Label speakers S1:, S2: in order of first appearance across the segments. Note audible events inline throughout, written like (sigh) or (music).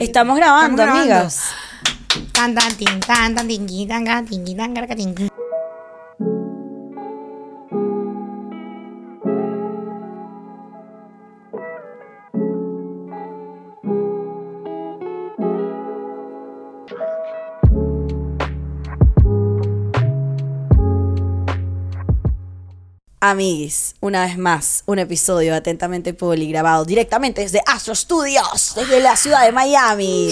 S1: Estamos grabando,
S2: Estamos grabando.
S1: amigas.
S2: Tan tan tin, tan tan tinqui, tan ga, tinqui, tan ga, ga, tinqui.
S1: Amiguis, una vez más, un episodio de atentamente Poli grabado directamente desde Astro Studios, desde la ciudad de Miami.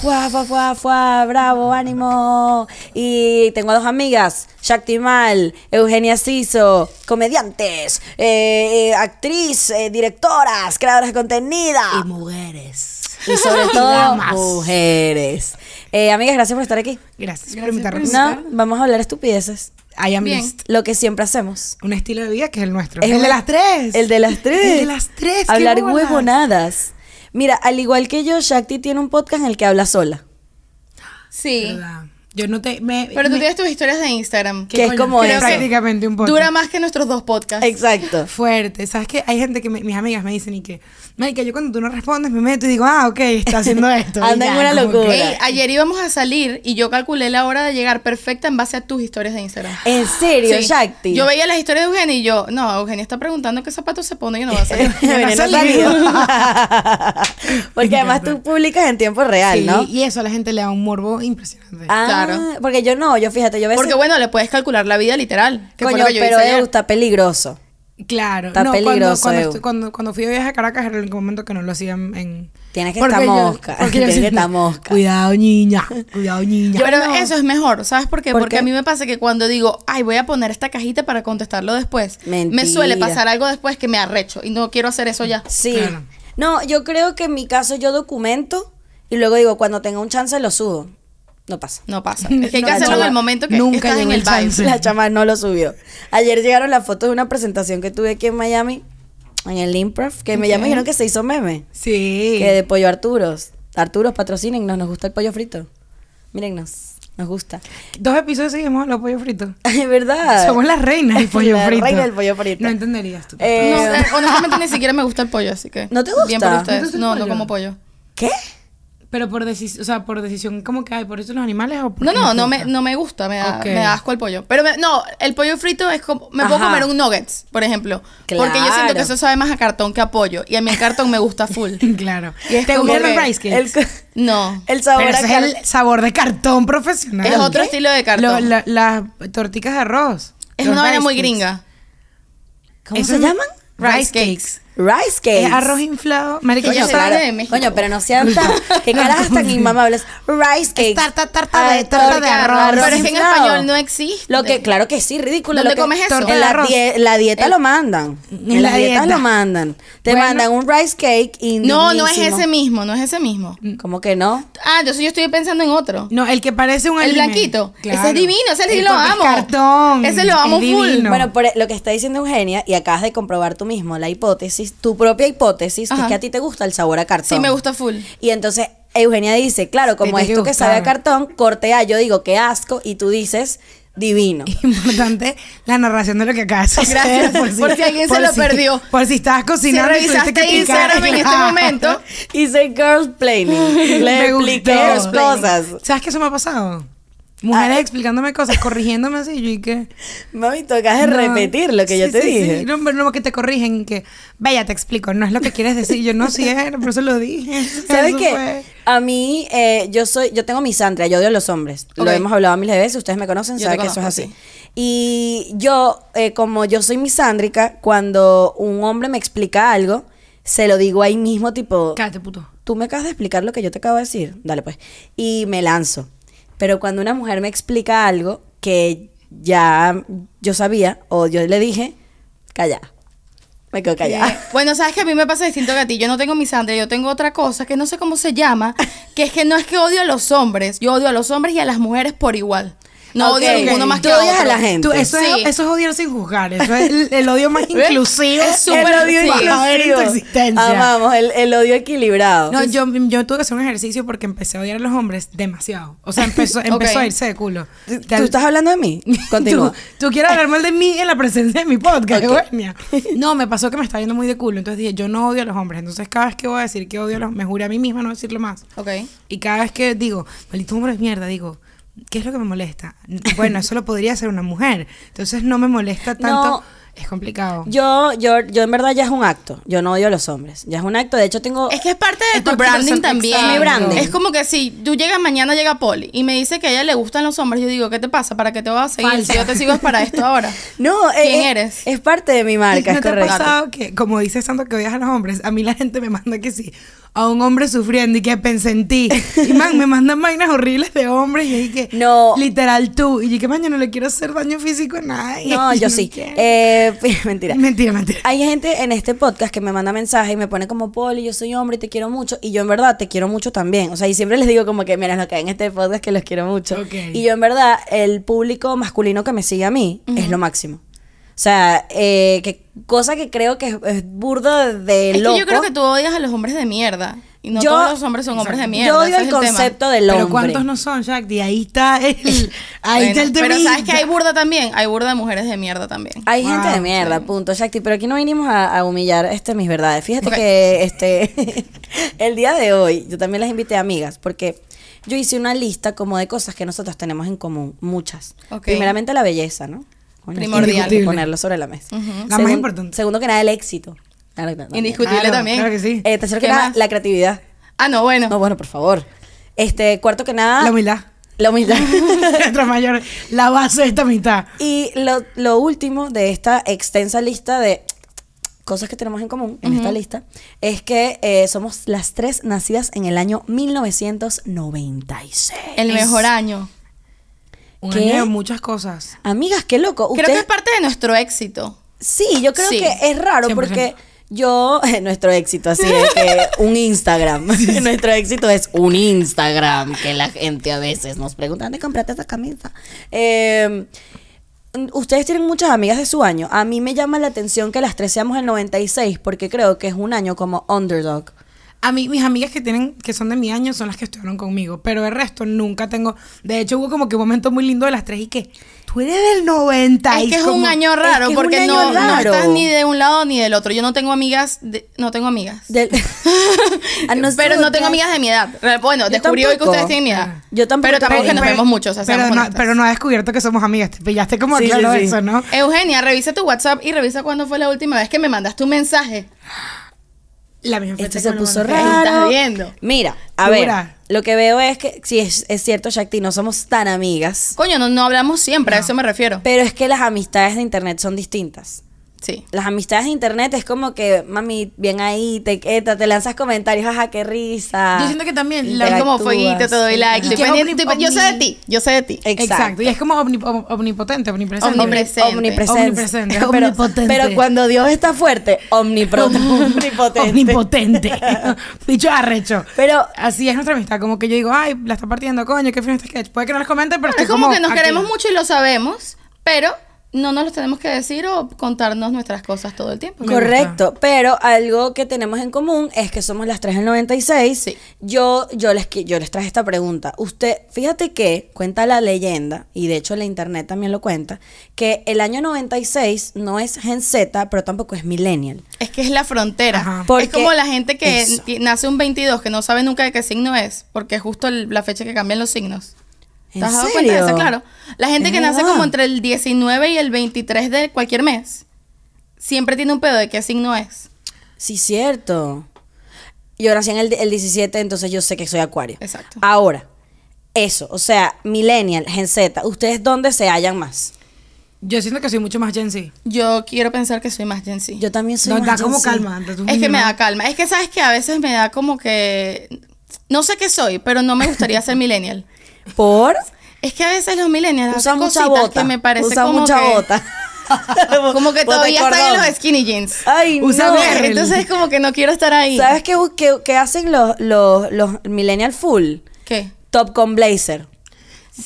S1: Fuá, fuá, fuá, fuá, bravo, ánimo. Y tengo a dos amigas, Shakti Mal, Eugenia Siso, comediantes, eh, eh, actriz, eh, directoras, creadoras de contenido.
S2: mujeres.
S1: (laughs) Y
S2: (laughs)
S1: sobre todo,
S2: damas.
S1: mujeres. Eh, amigas, gracias por estar aquí.
S2: Gracias, por
S3: Gracias
S2: invitarnos.
S3: por
S1: No, vamos a hablar estupideces.
S2: I am
S3: Bien.
S2: List.
S1: Lo que siempre hacemos.
S2: Un estilo de vida que es el nuestro.
S1: Es
S2: el
S1: un-
S2: de las tres.
S1: El de las tres.
S2: El de las tres. qué
S1: Hablar
S2: bolas.
S1: huevonadas. Mira, al igual que yo, Shakti tiene un podcast en el que habla sola.
S3: Sí.
S2: Verdad. Yo no te. me-
S3: Pero tú
S2: me-
S3: tienes tus historias de Instagram.
S1: Que es
S2: coño?
S1: como
S3: Creo
S1: eso.
S3: que-
S2: prácticamente un podcast.
S3: Dura más que nuestros dos podcasts.
S1: Exacto.
S2: Fuerte, ¿sabes qué? Hay gente que me- mis amigas me dicen y que, Marica, yo cuando tú no respondes me meto y digo, ah, ok,
S1: (laughs)
S2: está haciendo esto. Y
S1: Anda en
S2: ya,
S1: una
S2: como que-
S1: locura.
S3: Ey, ayer íbamos a salir y yo calculé la hora de llegar perfecta en base a tus historias de Instagram.
S1: En serio,
S3: Sí.
S1: Shakti.
S3: Yo veía las historias de Eugenia y yo, no, Eugenia está preguntando qué zapatos se pone y yo no voy
S1: (laughs)
S3: a salir.
S1: Bueno,
S2: he
S1: no
S3: (laughs)
S2: salido.
S1: salió. Porque además tú publicas en tiempo real,
S2: Sí,
S1: ¿no?
S2: Y eso a la gente le da un morbo impresionante.
S1: Ah,
S3: claro.
S1: Porque yo no, yo fíjate, yo a veces.
S3: Porque bueno, le puedes calcular la vida literal. Que fue
S1: coño,
S3: lo que yo
S1: pero
S3: hice ayer.
S1: Edu está peligroso.
S2: Claro,
S1: Está
S2: no, cuando-
S1: peligroso,
S2: Cuando,
S1: Evo.
S2: estu- cuando, cuando fui a viaje a Caracas era el único momento que no lo hacían en.
S1: Tienes que
S2: Porque
S1: estar
S2: yo-
S1: mosca.
S2: porque yo
S1: Tienes que
S2: siempre-
S1: estar mosca.
S2: Cuidado,
S1: (laughs)
S2: niña. Cuidado, niña.
S3: Pero eso es mejor, ¿sabes por qué?
S1: ¿Por
S3: Porque
S1: qué?
S3: a mí me pasa que cuando digo, ay, voy a poner esta cajita para contestarlo después,
S1: Mentira.
S3: me suele pasar algo después que me arrecho y no quiero hacer eso ya.
S1: Sí.
S2: Claro.
S1: No, yo creo que en mi caso yo documento y luego digo, cuando tenga un chance lo subo. No pasa.
S2: (laughs)
S3: No pasa. Es que hay que
S1: No,
S3: hacerlo en
S1: chama,
S3: el momento que
S2: nunca
S3: estás en
S2: llegó
S3: el
S2: el
S3: vibe.
S2: chance.
S1: La chama no lo subió. Ayer llegaron las fotos de una presentación que tuve aquí en Miami, en el Improv, que me ya me dijeron que se hizo meme.
S2: Sí.
S1: Que de pollo Arturos. Arturos, patrocínenos, nos gusta el pollo frito. Mírennos, nos gusta. (laughs)
S2: Dos episodios seguimos los pollos fritos.
S1: Es verdad.
S2: Somos las
S1: (laughs)
S2: reinas del pollo
S1: La
S2: frito.
S1: reina del pollo frito.
S2: No entenderías tú.
S1: Eh,
S2: (laughs)
S3: No, eh, honestamente ni siquiera me gusta el pollo, así que.
S1: ¿No te gusta?
S3: Bien por
S1: ¿No te
S3: ustedes.
S2: gusta el
S3: No, no
S2: pollo?
S3: como pollo.
S1: ¿Qué?
S2: Pero por decisión, o sea, por decisión, ¿cómo que hay? ¿Por eso los animales o por
S3: No,
S2: qué
S3: no,
S2: te
S3: no me,
S2: gusta?
S3: no me gusta, me da,
S2: Ok.
S3: me da asco el pollo. Pero me- no, el pollo frito es como. Me puedo
S1: Ajá.
S3: comer un nuggets, por ejemplo. Porque yo
S1: Claro.
S3: siento que eso sabe más a cartón que a pollo. Y a mí el cartón me gusta full.
S2: (laughs) claro.
S3: Y es
S2: ¿Te
S3: como
S2: gustan
S3: que-
S2: los rice
S1: El,
S2: cakes?
S1: co-
S3: No.
S1: el sabor
S2: Pero
S1: a
S2: ese
S1: car-
S2: es el sabor de cartón profesional.
S3: Es otro estilo de cartón.
S2: Lo- la- las torticas de arroz.
S3: es
S2: Los
S3: una vaina
S2: rice
S3: muy
S2: cakes.
S3: gringa.
S1: ¿Cómo
S2: Eso
S1: se
S2: es-
S1: llaman?
S3: Rice cakes.
S1: Rice cakes.
S2: Es Eh, arroz inflado. Marico,
S3: Que
S2: yo
S3: ya
S2: estaba-
S3: sabe de México.
S1: Coño, pero no sean tan.
S2: (laughs)
S1: ¿Qué caras tan inmamables? Rice cakes.
S2: tarta- tarta de-
S1: Ay,
S2: tarta de arroz.
S3: Pero es que en
S1: inflado.
S3: español no existe.
S1: Lo que, claro que sí, ridículo. lo
S3: ¿Dónde
S1: que-
S3: comes eso?
S1: En
S2: Torta de
S1: la,
S2: arroz.
S1: die- la dieta lo mandan. En,
S2: En la
S1: la dieta,
S2: dieta.
S1: lo mandan. Te
S2: Bueno.
S1: mandan un rice cake y
S3: No, no es ese mismo, no es ese mismo.
S1: ¿Cómo que no?
S3: Ah, entonces yo estoy pensando en otro.
S2: No, el que parece un
S3: El
S2: alimento.
S3: blanquito.
S2: Claro.
S3: Ese es divino, ese sí
S2: El
S3: lo
S2: porque es
S3: amo.
S2: cartón.
S3: Ese lo amo
S2: Es
S3: full.
S2: divino.
S1: Bueno, por e, lo que está diciendo Eugenia, y acabas de comprobar tú mismo la hipótesis, tu propia hipótesis, que es
S3: Ajá.
S1: que a ti te gusta el sabor a cartón.
S3: Sí, me gusta full.
S1: Y entonces Eugenia dice, claro, como
S2: Tiene que
S1: esto que sabe a
S2: gustar.
S1: cartón, corte A, yo digo que asco, y tú dices, divino.
S2: (laughs) Importante la narración de lo que acabas de hacer.
S3: Gracias, por si alguien se lo perdió.
S2: Por si estabas cocinando
S3: Si
S2: y tuviste
S3: revisaste
S2: que picar.
S3: Instagram en
S2: (laughs)
S3: este momento.
S1: Hice girls planning. Le
S2: Me
S1: expliqué
S2: gustó.
S1: cosas.
S2: ¿Sabes qué eso me ha pasado? Mujeres
S3: Ah.
S1: Ay.
S2: explicándome cosas, corrigiéndome así. Yo y que...
S1: Mami, tocas de
S2: no.
S1: repetir lo que yo
S2: Sí,
S1: te
S2: sí,
S1: dije.
S2: Sí. No, pero no, que te corrigen. Que, vaya, te explico. No es lo que quieres decir. Yo no, sí era, (laughs) por eso lo dije.
S1: (laughs) ¿Sabes
S2: Eso
S1: qué?
S2: fue.
S1: A mí, eh, yo soy, yo tengo misandria, yo odio a los hombres. Lo
S3: Ok.
S1: hemos hablado miles de veces, ustedes me conocen,
S3: Yo
S1: saben
S3: te
S1: que eso es
S3: conozco,
S1: así. Y yo, eh, como yo soy misándrica, cuando un hombre me explica algo, se lo digo ahí mismo, tipo,
S2: Cállate, puto.
S1: tú me acabas de explicar lo que yo te acabo de decir, dale pues. Y me lanzo. Pero cuando una mujer me explica algo que ya yo sabía, o yo le dije, calla. Me quedo
S3: Eh,
S1: callada.
S3: Bueno, sabes que a mí me pasa distinto que a ti. Yo no tengo misandria, yo tengo otra cosa que no sé cómo se llama, que es que no es que odio a los hombres, yo odio a los hombres y a las mujeres por igual. No odio
S1: Ok.
S3: a ninguno más que
S1: Tú
S3: a
S1: odias a
S3: otro.
S1: la gente.
S2: Tú- eso,
S3: Sí.
S2: es, eso es odiar sin juzgar.
S1: (laughs)
S2: Eso es el, el odio más inclusivo.
S3: Es súper
S2: el odio
S3: sí.
S2: bajadero en tu existencia.
S1: Amamos el, el odio equilibrado.
S2: No, yo, yo tuve que hacer un ejercicio porque empecé a odiar a los hombres demasiado. O
S1: (laughs)
S2: sea, empezó, empezó
S3: Ok.
S2: a irse de culo.
S1: ¿Tú estás hablando de mí? Continúa.
S2: (laughs) Tú, tú quieres hablar mal de mí en la presencia de mi podcast,
S1: Ok.
S2: (laughs) Eugenia. No, me pasó que me estaba yendo muy de culo. Entonces dije, yo no odio a los hombres. Entonces cada vez que voy a decir que odio a los me juré a mí misma no decirlo más.
S3: Ok.
S2: Y cada vez que digo, maldito hombre de mierda, digo, ¿qué es lo que me molesta? Bueno, eso lo podría hacer una mujer. Entonces no me molesta tanto.
S1: (laughs) No.
S2: Es complicado.
S1: Yo, yo, yo en verdad ya es un acto. Yo no odio a los hombres. Ya es un acto. De hecho, tengo.
S3: Es que es parte de
S2: Es
S3: tu
S2: parte
S3: branding
S2: de-
S3: también.
S1: Exacto. Mi branding.
S3: Es como que si tú llegas mañana, llega Poli y me dice que a ella le gustan los hombres, yo digo, ¿qué te pasa? ¿Para qué te vas a seguir?
S2: Falsa.
S3: Si yo te sigo es para esto ahora.
S1: (laughs) No, eh,
S3: ¿Quién
S1: eh,
S3: eres?
S1: Es parte de mi marca, este
S2: (laughs) ¿No
S1: es
S2: te ha
S1: correcto.
S2: pasado que, como dices tanto que odias a los hombres, a mí la gente me manda que sí, a un hombre sufriendo y que pensé en ti? Y man, me mandan vainas horribles de hombres y ahí que,
S1: No.
S2: literal tú. Y yo que, man, yo no le quiero hacer daño físico a nadie. (laughs)
S1: No, yo sí.
S2: quiero.
S1: Eh, (laughs) mentira.
S2: mentira, mentira.
S1: Hay gente en este podcast que me manda mensajes y me pone como, Poli, yo soy hombre y te quiero mucho. Y yo en verdad te quiero mucho también. O sea, y siempre les digo como que, mira, lo que hay en este podcast que los quiero mucho.
S2: Ok.
S1: Y yo en verdad, el público masculino que me sigue a mí es lo máximo. O sea, eh, que cosa que creo que es, es burda de
S3: Es
S1: loco.
S3: que yo creo que tú odias a los hombres de mierda. Y no
S1: Yo-
S3: todos los hombres son hombres de mierda.
S1: Yo odio
S3: ese
S1: (laughs) el
S3: es tema.
S1: concepto del
S2: Pero
S1: hombre.
S2: ¿cuántos no son, Jack? Y ahí está
S1: (laughs)
S2: el, ahí está
S3: Bueno,
S2: el
S3: Pero
S2: temita.
S3: sabes que hay burda también. Hay burda de mujeres de mierda también.
S1: Hay
S2: Wow,
S1: gente de mierda, punto, Shakti. Pero aquí no vinimos a, a humillar este, mis verdades. Fíjate
S3: Ok.
S1: que este, (laughs) el día de hoy yo también las invité a amigas porque yo hice una lista como de cosas que nosotros tenemos en común, muchas.
S3: Ok.
S1: Primeramente la belleza, ¿no? Coño,
S3: Primordial.
S1: hay que Ponerlo sobre la mesa.
S2: La más
S1: Segun-
S2: importante.
S1: Segundo que nada, el éxito. Ah, Claro, claro, también.
S3: Indiscutible
S2: Claro,
S3: también.
S2: claro que sí.
S1: Eh, tercero que
S3: ¿Qué
S1: nada,
S3: más?
S1: la creatividad.
S3: Ah, no, bueno.
S1: No, bueno, por favor. Este, cuarto que nada.
S2: La humildad. (laughs)
S1: La humildad.
S3: (laughs)
S2: Nuestra mayor, la base de esta mitad.
S1: Y lo, lo último de esta extensa lista de cosas que tenemos en común en esta lista es que eh, somos las tres nacidas en el año 1996.
S3: El mejor año.
S2: Un
S1: ¿Qué?
S2: año de muchas cosas.
S1: Amigas, qué loco.
S3: Creo que
S1: Ustedes-
S3: es parte de nuestro éxito.
S1: Sí, yo creo
S3: Sí,
S1: que es raro
S2: 100%.
S1: porque yo, (laughs) eh, nuestro éxito así de que un Instagram, (laughs)
S3: (laughs)
S1: nuestro éxito es un Instagram, que la gente a veces nos pregunta, ¿dónde compraste esa camisa? Eh, ustedes tienen muchas amigas de su año. A mí me llama la atención que las tres seamos el 96 porque creo que es un año como underdog.
S2: A mí, mis amigas que tienen, que son de mi año, son las que estudiaron conmigo. Pero el resto nunca tengo. De hecho, hubo como que un momento muy lindo de las tres y que. Tú eres del 90.
S3: Es
S2: y
S3: que es
S2: como-
S3: un año raro
S1: es que es
S3: porque
S1: un año
S3: no, no
S1: raro.
S3: estás ni de un lado ni del otro. Yo no tengo amigas, de- no tengo amigas. (laughs)
S1: Del- A
S3: pero no
S1: nosotras-
S3: tengo amigas de mi edad. Re- Bueno,
S1: Yo
S3: descubrí hoy que
S1: tampoco.
S3: ustedes tienen mi edad.
S1: Yo tampoco
S3: Pero tampoco
S1: tengo
S3: es que nos
S1: amigas.
S3: vemos mucho, o sea,
S2: pero,
S3: seamos
S2: no,
S3: honestas.
S2: pero no has descubierto que somos amigas. Te pillaste como
S1: Sí,
S2: claro
S1: sí, sí.
S2: eso, ¿no?
S3: Eugenia, revisa tu WhatsApp y revisa cuándo fue la última vez que me mandaste un mensaje.
S2: La misma
S1: Esto
S2: fecha
S1: este se
S2: que me lo
S1: puso
S2: mandaste.
S1: raro.
S3: estás viendo.
S1: Mira, a ver,
S2: Dura.
S1: lo que veo es que, sí, es, es cierto, Shakti, no somos tan amigas.
S3: Coño, no, no hablamos siempre, a eso me refiero.
S1: Pero es que las amistades de internet son distintas.
S3: Sí.
S1: Las amistades de internet es como que, mami, bien ahí, te queta, te lanzas comentarios, ajá, qué risa.
S2: Yo siento que también la-
S3: Es como fueguito, te doy like.
S2: Y
S3: estoy
S2: que es
S3: pendiente,
S2: omni-
S3: estoy pe- yo sé de
S2: omni-
S3: ti, yo sé de ti.
S1: Exacto.
S2: Exacto. Y es como omni- om- omnipotente, omnipresente.
S3: Omnipres-
S1: Omnipresente.
S2: Omnipresente. Omnipresente,
S1: Pero-
S2: omnipotente.
S1: Pero cuando Dios está fuerte, omnipro-
S3: (laughs)
S1: omnipotente.
S2: (laughs) Omnipotente. Bicho arrecho.
S1: Pero-
S2: Así es nuestra amistad. Como que yo digo, ay, la está partiendo, coño, qué fino este sketch. Puede que no les comente, pero estoy
S3: Es como que nos
S2: aquí.
S3: queremos mucho y lo sabemos, pero no nos los tenemos que decir o contarnos nuestras cosas todo el tiempo.
S2: Me
S1: Correcto, pero algo que tenemos en común es que somos las tres del 96.
S3: Sí.
S1: Yo, yo, les, qui- yo les traje esta pregunta. Usted, fíjate que cuenta la leyenda, y de hecho la internet también lo cuenta, que el año 96 no es Gen Z, pero tampoco es Millennial.
S3: Es que es la frontera.
S2: Ajá.
S1: Porque-
S3: es como la gente que
S1: eso.
S3: ti- nace un 22 que no sabe nunca de qué signo es, porque es justo el- la fecha que cambian los signos.
S1: ¿En
S3: ¿Te has dado
S1: serio?
S3: cuenta de eso? Claro. La gente
S1: Es
S3: que nace
S1: verdad.
S3: como entre el 19 y el 23 de cualquier mes, siempre tiene un pedo de qué signo es.
S1: Sí, cierto. Yo nací en el, el 17, entonces yo sé que soy Acuario.
S3: Exacto.
S1: Ahora, eso, o sea, Millennial, Gen Z, ¿ustedes dónde se hallan más?
S2: Yo siento que soy mucho más Gen Z.
S3: Yo quiero pensar que soy más Gen Z.
S1: Yo también soy
S2: No,
S1: más
S2: da
S1: Gen
S2: como
S1: Z.
S2: calma. antes tú
S3: es que me
S2: misma.
S3: da calma. Es que sabes que a veces me da como que... No sé qué soy, pero no me gustaría ser millennial.
S1: ¿Por?
S3: Es que a veces los millennials
S1: Usa
S3: hacen
S1: mucha
S3: cositas
S1: bota.
S3: que me parece
S1: usa
S3: como
S1: mucha
S3: que...
S1: bota.
S3: (laughs) Como que
S1: Bota y
S3: todavía están en
S1: cordón.
S3: los skinny jeans.
S1: Ay,
S2: Usa
S1: no.
S2: berry.
S3: Entonces es como que no quiero estar ahí.
S1: ¿Sabes qué, bu- qué- qué hacen los, los, los millennial full?
S3: ¿Qué?
S1: Top con blazer.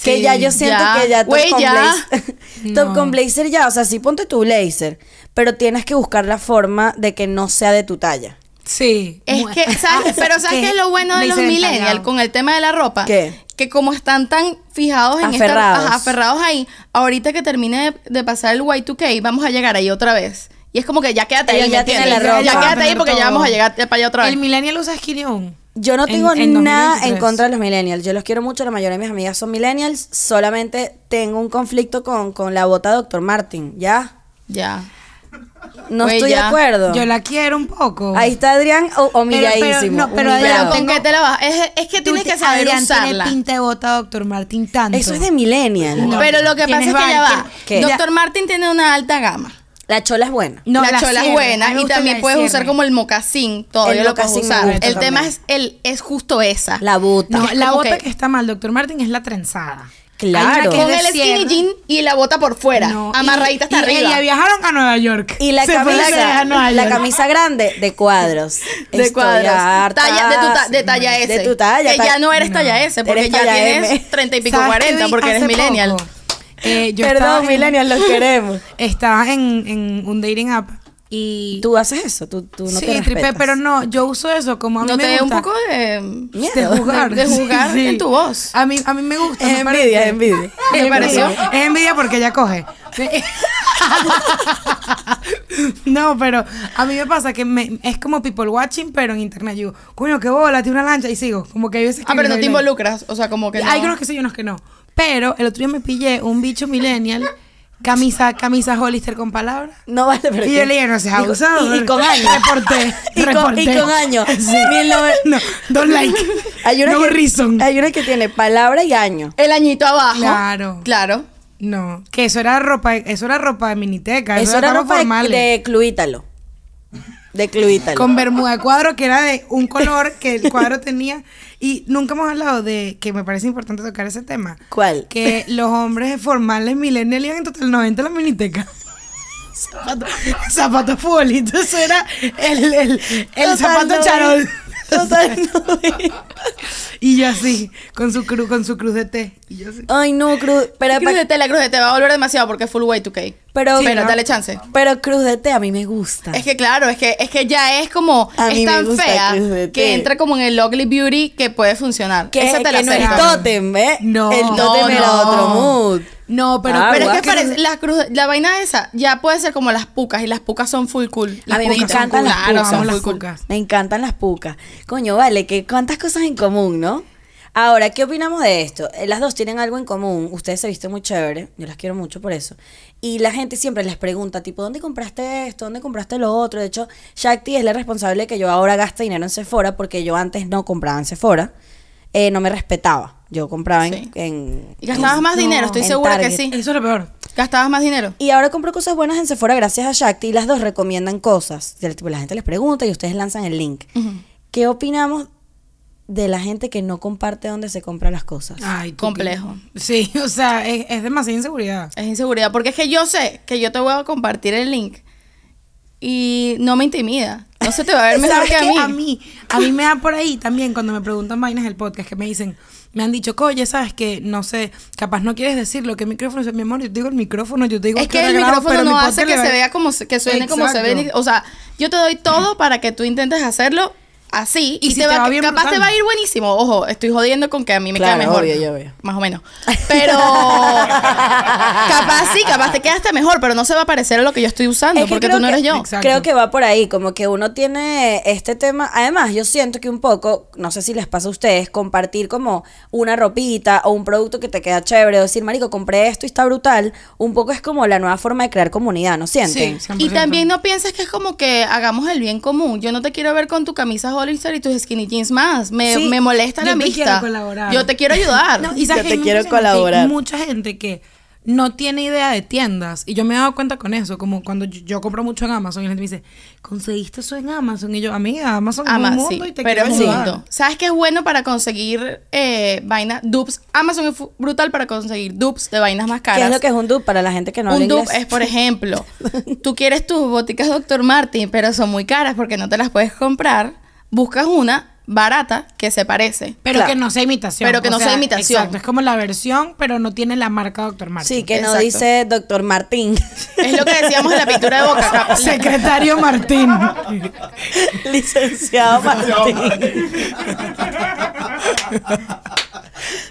S1: que
S3: Sí,
S1: ya yo siento
S3: ya.
S1: que ya top
S3: Güey,
S1: con
S3: ya.
S1: blazer. (laughs) top con blazer ya, o sea, sí ponte tu blazer, pero tienes que buscar la forma de que no sea de tu talla.
S2: Sí.
S3: Es
S2: Mu- (laughs)
S3: que, ¿sabes? Pero ¿sabes qué es lo bueno de
S2: Le
S3: los
S2: dicen
S3: millennials
S2: entalgado.
S3: con el tema de la ropa?
S1: ¿Qué?
S3: Que como están tan fijados en
S1: Aferrados.
S3: estar ajá, aferrados ahí, ahorita que termine de, de pasar el Y2K, vamos a llegar ahí otra vez. Y es como que ya quédate
S1: Ella
S3: ahí,
S1: ya
S3: ¿me
S1: tiene
S3: entiendes?
S1: la ropa.
S3: Ya quédate ahí porque ya vamos a llegar para allá otra vez.
S2: El millennial usa skinny on.
S1: Yo no
S2: En-
S1: tengo
S2: en 2023.
S1: nada en contra de los millennials. Yo los quiero mucho, la mayoría de mis amigas son millennials. Solamente tengo un conflicto con, con la bota Dr. Martin, ¿ya?
S3: Ya.
S1: No
S3: Güey,
S1: estoy de
S3: ya.
S1: acuerdo.
S2: Yo la quiero un poco.
S1: Ahí está Adrián o-
S2: pero
S1: humilladísimo.
S2: no, pero
S1: humillado.
S2: Adrián,
S3: Pero ¿con qué te la vas? Es, es que
S2: Tú
S3: tienes
S2: te-
S3: que saber
S2: Adrián Tiene
S3: usarla.
S2: pinta de bota, doctor Martín, tanto.
S1: Eso es de millennial.
S2: No.
S3: Pero lo que pasa
S2: Tienes
S3: es que ya
S2: bar-
S3: va.
S1: ¿Qué?
S3: Doctor Martin tiene una alta gama.
S1: La chola es buena.
S2: No,
S3: la,
S2: sierra,
S3: chola es
S2: me
S3: buena y
S2: gusta
S3: también
S2: la
S3: puedes
S2: sierra.
S3: usar como el mocasín. Todavía
S1: El
S3: lo puedes
S1: mocasín me
S3: usar. El
S1: gusta también.
S3: tema es, el, es justo esa.
S1: La bota.
S2: No,
S3: es
S2: la
S3: como
S2: bota
S3: que-
S2: que está mal, doctor Martín, es la trenzada.
S1: Claro.
S2: Hay una que es
S3: con
S2: de
S3: el skinny
S2: sierra.
S3: jean y la bota por fuera,
S2: No, y-
S3: amarradita hasta
S2: y-
S3: arriba.
S2: Y viajaron a Nueva York.
S1: Y la
S2: Se fueron de viaje
S1: camisa,
S2: a Nueva
S1: la
S2: York.
S1: camisa grande de cuadros.
S3: de
S1: Estoy
S3: cuadros.
S1: harta.
S3: Talla- de, tu ta- de talla S.
S1: De tu talla.
S3: Que
S1: ta-
S3: ya no eres talla S porque
S1: Eres
S3: ya
S1: talla
S3: tienes
S1: M.
S3: 30 y pico,
S2: ¿Sabes qué
S3: 40
S2: vi
S3: porque eres
S2: hace
S3: millennial.
S2: poco? Eh, yo estaba
S1: Perdón,
S2: en-
S1: millennials,
S2: (laughs)
S1: los queremos.
S2: Estaba en, en un dating app y...
S1: Tú haces eso, tú, tú no
S2: sí,
S1: te
S2: tripé,
S1: respetas.
S2: pero no, yo uso eso como a mí
S3: No
S2: me
S3: te dé
S2: gusta.
S3: un poco de...
S2: de
S1: Miedo.
S2: jugar.
S3: De juzgar en tu voz.
S2: A mí, a mí me gusta.
S1: Es
S2: me
S1: envidia,
S2: parece.
S1: es
S2: (laughs)
S1: envidia.
S3: ¿Te
S2: Es
S3: pareció?
S2: envidia. Es envidia porque ella
S3: (laughs)
S2: coge. No, pero a mí me pasa que me- es como people watching, pero en internet. Yo digo, coño, qué bola, tiene una lancha y sigo. Como que hay veces que
S3: Ah, pero
S2: me
S3: no te
S2: doy like.
S3: involucras. O sea, como que
S2: Hay
S3: no-
S2: unos que sí y unos que no. Pero el otro día me pillé un bicho millennial, camisa, camisa Hollister con palabras.
S1: No vale, pero
S2: Y
S1: ¿qué?
S2: yo le dije, no seas
S1: Y-
S2: abusado.
S1: Y, y
S2: (laughs)
S1: con años.
S2: Reporté.
S1: Y con, y
S2: reporté.
S1: con años.
S2: (laughs) Sí.
S1: Mil nove-
S2: No,
S1: (laughs)
S2: don't like.
S1: Hay una,
S2: no
S1: que,
S2: reason.
S1: hay una que tiene palabra y año.
S3: El añito abajo.
S2: Claro.
S3: Claro.
S2: No, que eso era ropa, eso era ropa de miniteca, eso,
S1: Eso era ropa de-
S2: formal.
S1: de cluítalo. De cluítalo.
S2: Con bermuda de cuadro que era de un color que el cuadro tenía y nunca hemos hablado de que me parece importante tocar ese tema.
S1: ¿Cuál?
S2: Que los hombres formales millennials iban en total 90 a la miniteca. (laughs) Zapatos zapato futbolistas, eso era el, el- el
S1: Total
S2: zapato
S1: noven-
S2: charol. (laughs)
S1: Total noven-
S2: Y yo así, con su cruz, con su cruz de té. Y yo así.
S1: Ay, no, Cruz. Pero,
S3: Cruz de tela, cruz de te va a volver demasiado porque es full way 2K.
S1: Pero-
S3: Pero
S1: Sí, ¿no?
S3: dale chance.
S2: Ah.
S1: pero Cruz de Té a mí me gusta.
S3: Es que claro, es que, es que ya es como,
S1: A mí
S3: es
S1: me
S3: tan
S1: gusta
S3: fea
S1: Cruz de té.
S3: que entra como en el ugly beauty que puede funcionar.
S1: que,
S3: Esa te la
S1: que no es
S3: acepto.
S2: acepto.
S1: tótem, ¿ves?
S2: No,
S1: El tótem
S3: no,
S1: era
S3: no.
S1: otro mood.
S2: No, pero,
S1: Ah,
S3: Pero es
S1: guau.
S3: que parece, la, cruz, la vaina esa ya puede ser como las pucas y las pucas son full cool.
S1: A
S3: Las
S1: mí me
S3: puquitas son
S1: encantan
S3: cool.
S1: las
S3: Claro,
S1: pucas.
S3: son
S2: las
S3: full cool.
S2: pucas.
S1: Me encantan las pucas. Coño, vale, que cuántas cosas en común, ¿no? Ahora, ¿qué opinamos de esto? Eh, Las dos tienen algo en común. Ustedes se visten muy chévere. Yo las quiero mucho por eso. Y la gente siempre les pregunta, tipo, ¿dónde compraste esto? ¿Dónde compraste lo otro? De hecho, Shakti es la responsable de que yo ahora gaste dinero en Sephora porque yo antes no compraba en Sephora. Eh, no me respetaba. Yo compraba en...
S3: Sí.
S1: en-
S3: Y gastabas más
S2: No,
S3: dinero, estoy
S1: en
S3: segura
S1: Target.
S3: que sí.
S2: Eso es lo peor.
S3: Gastabas más dinero.
S1: Y ahora compro cosas buenas en Sephora gracias a Shakti y las dos recomiendan cosas. Del tipo, La gente les pregunta y ustedes lanzan el link. ¿Qué opinamos de la gente que no comparte dónde se compran las cosas?
S3: Ah,
S2: Ay, tú qué-
S3: Complejo.
S2: Sí, o sea, es, es demasiada inseguridad.
S3: Es inseguridad. Porque es que yo sé que yo te voy a compartir el link y no me intimida. No se te va
S1: (laughs)
S3: a ver mejor
S2: ¿Sabes
S3: que a
S2: qué?
S3: mí.
S2: a mí. a mí me da por ahí también cuando me preguntan vainas del podcast que me dicen, me han dicho, oye, sabes que no sé, capaz no quieres decirlo, que micrófono es mi amor, yo te digo el micrófono, yo te digo
S3: Es
S2: a
S3: que
S2: qué hora
S3: el
S2: grabo,
S3: micrófono
S2: pero mi
S3: no
S2: podcast
S3: hace que
S2: le va-
S3: se vea como se- que suene como se ve.
S2: Exacto.
S3: O sea, yo te doy todo para que tú intentes hacerlo así y,
S2: Y si
S3: te
S2: te
S3: va,
S2: va bien
S3: capaz te
S2: brutal.
S3: va a ir buenísimo. Ojo, estoy jodiendo con que a mí me
S1: Claro,
S3: queda mejor.
S1: obvio, yo veo.
S3: Más o menos.
S2: (laughs)
S3: Pero capaz sí, capaz te quedaste mejor, pero no se va a parecer a lo que yo estoy usando
S1: Es que
S3: porque
S1: creo
S3: tú no
S1: que-
S3: eres yo.
S2: Exacto.
S1: Creo que va por ahí, como que uno tiene este tema. Además, yo siento que un poco, no sé si les pasa a ustedes, compartir como una ropita o un producto que te queda chévere, o decir, marico, compré esto y está brutal, un poco es como la nueva forma de crear comunidad, ¿no sienten?
S2: Sí.
S3: Y
S2: 100%.
S3: también no pienses que es como que hagamos el bien común. Yo no te quiero ver con tu camisa Hollister y tus skinny jeans más. Me,
S2: Sí,
S3: me molesta
S2: yo
S3: la
S2: te
S3: vista.
S2: quiero colaborar.
S3: Yo te quiero ayudar.
S2: (laughs) No, y sabes
S1: Yo
S2: que
S1: te
S2: hay
S1: quiero
S2: mucha gente-
S1: colaborar.
S2: hay mucha gente que no tiene idea de tiendas. Y yo me he dado cuenta con eso. Como cuando yo, yo compro mucho en Amazon y la gente me dice, ¿conseguiste eso en Amazon? Y yo, amiga, Amazon es
S3: Ama-
S2: un mundo
S3: Ah, sí,
S2: y te
S3: pero
S2: quiero
S3: es un
S2: ayudar".
S3: mundo. ¿Sabes qué es bueno para conseguir eh, vaina? Dupes. Amazon es fu- brutal para conseguir dupes de vainas más caras.
S1: ¿Qué es lo que es un dupe para la gente que no habla
S3: un dupe
S1: inglés? (laughs)
S3: es, por ejemplo, tú quieres tus boticas Dr. Martin, pero son muy caras porque no te las puedes comprar. Buscas una, barata que se parece.
S2: Pero
S1: Claro.
S2: que no sea imitación.
S3: Pero que
S2: o
S3: no sea imitación.
S2: Exacto, es como la versión, pero no tiene la marca Dr. Martens.
S1: Sí, que no
S3: Exacto.
S1: dice doctor Martín.
S3: Es lo que decíamos en la pintura de Boca Cap.
S2: (laughs) Secretario
S3: (laughs)
S2: Martín.
S1: (laughs) Licenciado Martín.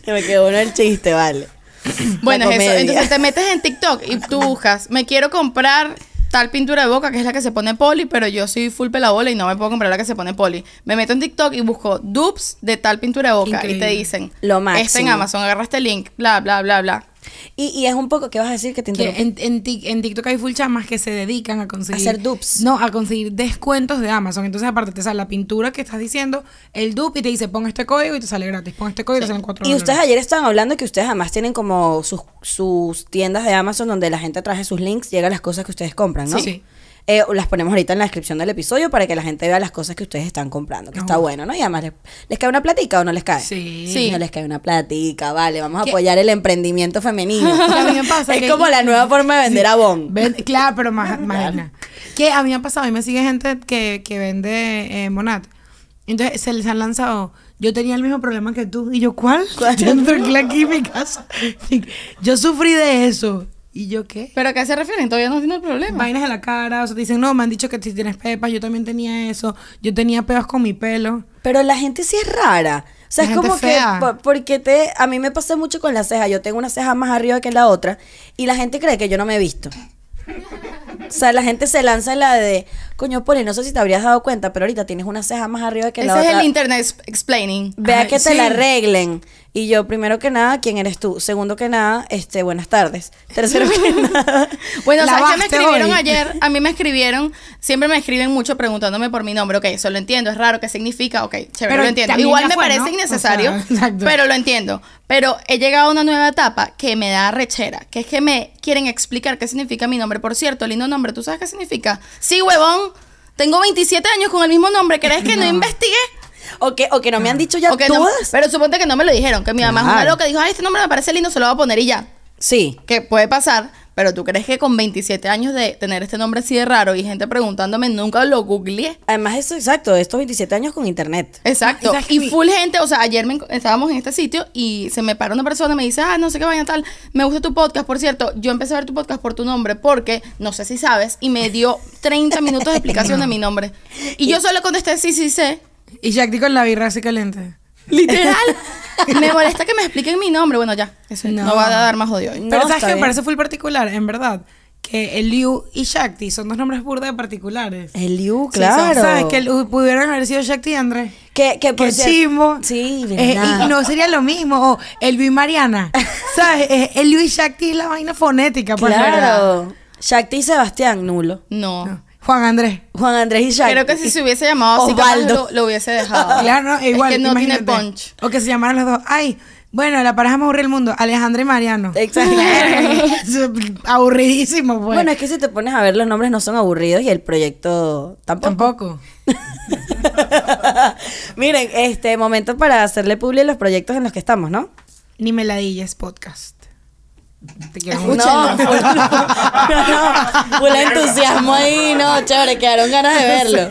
S1: Se me quedó uno el chiste, vale.
S3: Bueno,
S1: La
S3: es eso.
S1: comedia.
S3: Entonces te metes en TikTok y tú buscas, me quiero comprar tal pintura de boca que es la que se pone poli, pero yo soy full pelabola y no me puedo comprar la que se pone poli. Me meto en TikTok y busco dupes de tal pintura de boca y
S2: Increíble.
S3: te dicen,
S1: Lo
S3: Este en
S1: máximo.
S3: Amazon, agarra este link, bla, bla, bla, bla.
S1: Y, y es un poco, ¿qué vas a decir que te
S2: Que
S1: interrumpí?
S2: en, en Tik- en TikTok hay full chamas que se dedican a conseguir.
S1: hacer dupes.
S2: No, a conseguir descuentos de Amazon. Entonces, aparte, te sale la pintura que estás diciendo, el dupe y te dice, pon este código y te sale gratis. Pon este código y te salen cuatro
S1: Y ustedes
S2: dólares. (laughs)
S1: ayer estaban hablando que ustedes además tienen como sus, sus tiendas de Amazon donde la gente traje sus links, llegan las cosas que ustedes compran, ¿no?
S2: Sí.
S1: Eh, las ponemos ahorita en la descripción del episodio para que la gente vea las cosas que ustedes están comprando, que está
S2: Ajá.
S1: bueno, ¿no? Y además, ¿les, les cae una platica o no les cae?
S2: Sí.
S3: Sí.
S1: No les cae una platica, vale, vamos a apoyar el emprendimiento femenino.
S2: Que (laughs) a mí me pasa
S1: (laughs) es
S2: que-
S1: como la nueva forma de vender
S2: (laughs) Sí.
S1: abón.
S2: Ven- claro, pero más, más vaina. Que a mí me ha pasado, a mí me sigue gente que, que vende eh, Monat. Entonces se les han lanzado. Yo tenía el mismo problema que tú. Y yo, ¿cuál? (laughs) Yo entré aquí en mi casa. (laughs) Yo sufrí de eso. ¿Y yo qué?
S3: ¿Pero a qué se refieren? Todavía no tiene el problema.
S2: (laughs) Vainas en la cara, o sea, te dicen, no, me han dicho que si tienes pepas, yo también tenía eso, yo tenía peos con mi pelo.
S1: Pero la gente sí es rara. O sea,
S2: La
S1: es
S2: gente
S1: como
S2: es
S1: que
S2: fea.
S1: po- porque te a mí me pasa mucho con las cejas. Yo tengo una ceja más arriba que la otra y la gente cree que yo no me he visto. O sea, la gente se lanza la de, coño, Poli, no sé si te habrías dado cuenta, pero ahorita tienes una ceja más arriba que
S3: Ese
S1: la
S3: es
S1: otra.
S3: el internet ex- explaining.
S1: Vea
S2: Ay,
S1: que te
S2: sí.
S1: la arreglen. Y yo, primero que nada, ¿quién eres tú? Segundo que nada, este, buenas tardes. Tercero
S3: (laughs)
S1: que nada.
S3: Bueno, ¿sabes qué me
S2: Lavaste
S3: escribieron
S2: hoy.
S3: ayer? A mí me escribieron, siempre me escriben mucho preguntándome por mi nombre. Ok, eso lo entiendo, es raro, ¿qué significa? Ok, chévere,
S2: Pero
S3: lo entiendo.
S2: también
S3: Igual
S2: ya
S3: me
S2: fue,
S3: parece
S2: ¿no?
S3: innecesario,
S2: O sea, exacto.
S3: pero lo entiendo. Pero he llegado a una nueva etapa que me da rechera, que es que me quieren explicar qué significa mi nombre. Por cierto, lindo nombre, ¿tú sabes qué significa? Sí, huevón, tengo 27 años con el mismo nombre,
S2: (laughs)
S3: ¿crees que no, investigué?
S1: O que, o que no me han dicho ya
S3: O que no-
S1: todas.
S3: pero suponte que no me lo dijeron, que mi mamá es
S1: Claro.
S3: una loca, dijo, ay, este nombre me parece lindo, se lo voy a poner y ya
S1: Sí.
S3: que puede pasar, pero tú crees que con 27 años de tener este nombre así de raro y gente preguntándome, nunca lo googleé.
S1: Además, eso, exacto, estos 27 años con internet.
S3: Exacto.
S2: Exacto.
S3: Y full gente, o sea, ayer me enco- estábamos en este sitio y se me paró una persona y me dice, ah, no sé qué vaina tal, me gusta tu podcast, por cierto, yo empecé a ver tu podcast por tu nombre porque, no sé si sabes, y me dio 30 minutos de explicación de mi nombre. Y yo solo contesté, sí, sí, sé.
S2: Y Jack con la birra así caliente.
S3: Literal. me molesta que me expliquen mi nombre. Bueno, ya, eso no,
S2: No.
S3: va a dar más odio hoy.
S1: No,
S2: Pero ¿sabes
S1: está
S2: qué me
S1: bien.
S2: parece full particular? En verdad, que el Liu y Shakti son dos nombres burda de particulares.
S1: Eliu,
S2: Sí, son-
S1: Uh, claro.
S2: ¿Sabes? Que el- pudieran haber sido Shakti y Andrés.
S1: Que, que por
S2: Qué
S1: cierto-
S2: chimbo.
S1: Sí,
S2: Eh,
S1: verdad.
S2: y no sería lo mismo. O Elvio
S1: (laughs)
S2: y Mariana. ¿Sabes? Eh, Elvio y Shakti es la vaina fonética,
S1: pues,
S2: pues, por verdad.
S1: claro. Shakti y Sebastián, nulo.
S3: No.
S2: No. Juan Andrés.
S1: Juan Andrés y Shakti.
S3: Creo que si se hubiese llamado así, capaz
S1: Osvaldo.
S3: lo, lo
S1: (laughs)
S3: hubiese dejado.
S2: Claro, no,
S3: Ah. Es
S2: igual.
S3: que no
S2: imagínate.
S3: tiene punch.
S2: O que se llamaran los dos. Ay, bueno, la pareja más aburrida del mundo, Alejandra y Mariano.
S1: Exacto.
S2: (laughs) Aburridísimo, pues.
S1: bueno, es que si te pones a ver, los nombres no son aburridos y el proyecto tampoco.
S2: tampoco.
S1: (laughs) Miren, este momento para hacerle publi a los proyectos en los que estamos, ¿no?
S2: Ni meladillas podcast. Te quiero
S1: No,
S2: mucho. (laughs)
S1: full- (laughs) no, no, full entusiasmo ahí, no, chévere, quedaron ganas de verlo.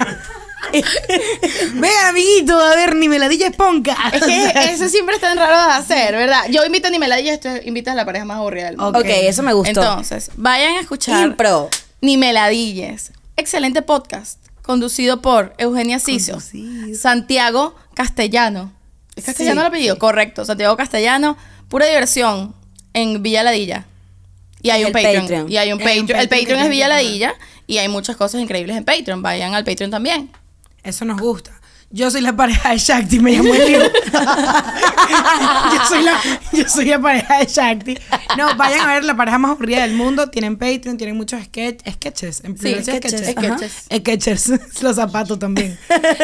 S2: Vean, amiguito, a ver, ni meladillas podcast.
S3: Es que eso siempre es tan raro de hacer, ¿verdad? Yo invito a Nimeladilla y esto invitas a la pareja más aburrida del mundo.
S1: ok, eso me gustó.
S3: Entonces, vayan a
S1: (laughs)
S3: escuchar
S1: Impro.
S3: Ni Meladillas. Excelente podcast, conducido por Eugenia Siso,
S2: Conducido.
S3: Santiago Castellano. ¿Es castellano
S2: Sí.
S3: el apellido? Correcto, Santiago Castellano. Pura diversión en Villa Ladilla. Y hay
S1: Y
S3: un
S1: el
S3: Patreon,
S1: Patreon.
S3: Y hay un
S2: Hay un
S3: Patreon.
S2: Patreon
S3: el
S2: que
S3: Patreon es
S2: tiene
S3: Villa
S2: que pagar.
S3: Ladilla y hay muchas cosas increíbles en Patreon. Vayan al Patreon también.
S2: Eso nos gusta. Yo soy la pareja de Shakti, me llamo Eliu. yo, soy la, yo soy la pareja de Shakti. No, vayan a ver la pareja más aburrida del mundo. Tienen Patreon, tienen muchos sketch, sketches. En plural, sí,
S1: sketches,
S2: sketches.
S1: ajá.
S2: Ajá. Eh, Sketches. (laughs) Los zapatos también.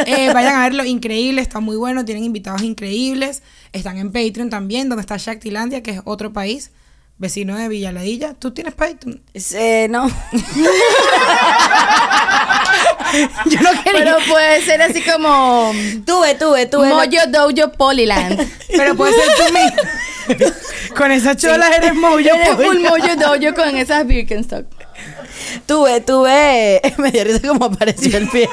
S2: Eh, vayan a verlo, increíble, está muy bueno. Tienen invitados increíbles. Están en Patreon también, donde está Shaktilandia, que es otro país. Vecino de Villaladilla. ¿Tú tienes Patreon? (laughs)
S1: Eh, no.
S2: Yo no quería. (laughs)
S3: Pero puede ser así como
S1: Tuve, tuve, tuve. la-
S3: Moyo Dojo
S2: (laughs)
S3: Polyland.
S2: Pero puede ser tú (laughs) mismo. Con esas cholas eres pues. muy
S3: Eres un Moyo Dojo con esas Birkenstock.
S1: tuve, tuve. (laughs) Me dio risa como apareció el pie.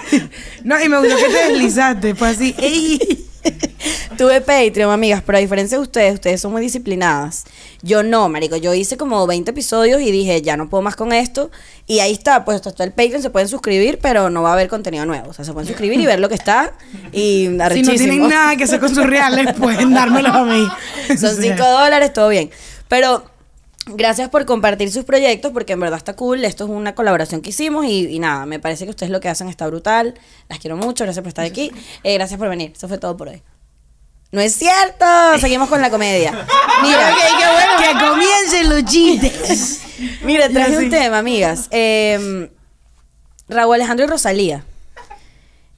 S2: No, y me gustó que te deslizaste. Fue así. (laughs) ¡Ey!
S1: (laughs) Tuve Patreon, amigas, pero a diferencia de ustedes, ustedes son muy disciplinadas. Yo no, marico. Yo hice como 20 episodios y dije, ya no puedo más con esto. Y ahí está, pues está el Patreon, se pueden suscribir, pero no va a haber contenido nuevo. O sea, se pueden suscribir y ver lo que está. Y
S2: Si no tienen
S1: arrechísimo.
S2: nada que hacer con sus reales, pueden dármelos a (laughs) mí.
S1: (laughs)
S2: O
S1: Son
S2: sea,
S1: 5 dólares, todo bien. Pero gracias por compartir sus proyectos porque en verdad está cool. Esto es una colaboración que hicimos y, y nada, me parece que ustedes lo que hacen está brutal. Las quiero mucho, gracias por estar aquí. Eh, gracias por venir. Eso fue todo por hoy. No es cierto, seguimos con la comedia.
S2: Ah,
S1: Mira,
S2: Que comiencen los (laughs) chistes.
S1: mira traje
S2: Ya sí.
S1: un tema, (laughs) amigas. Eh, Raúl Alejandro y Rosalía.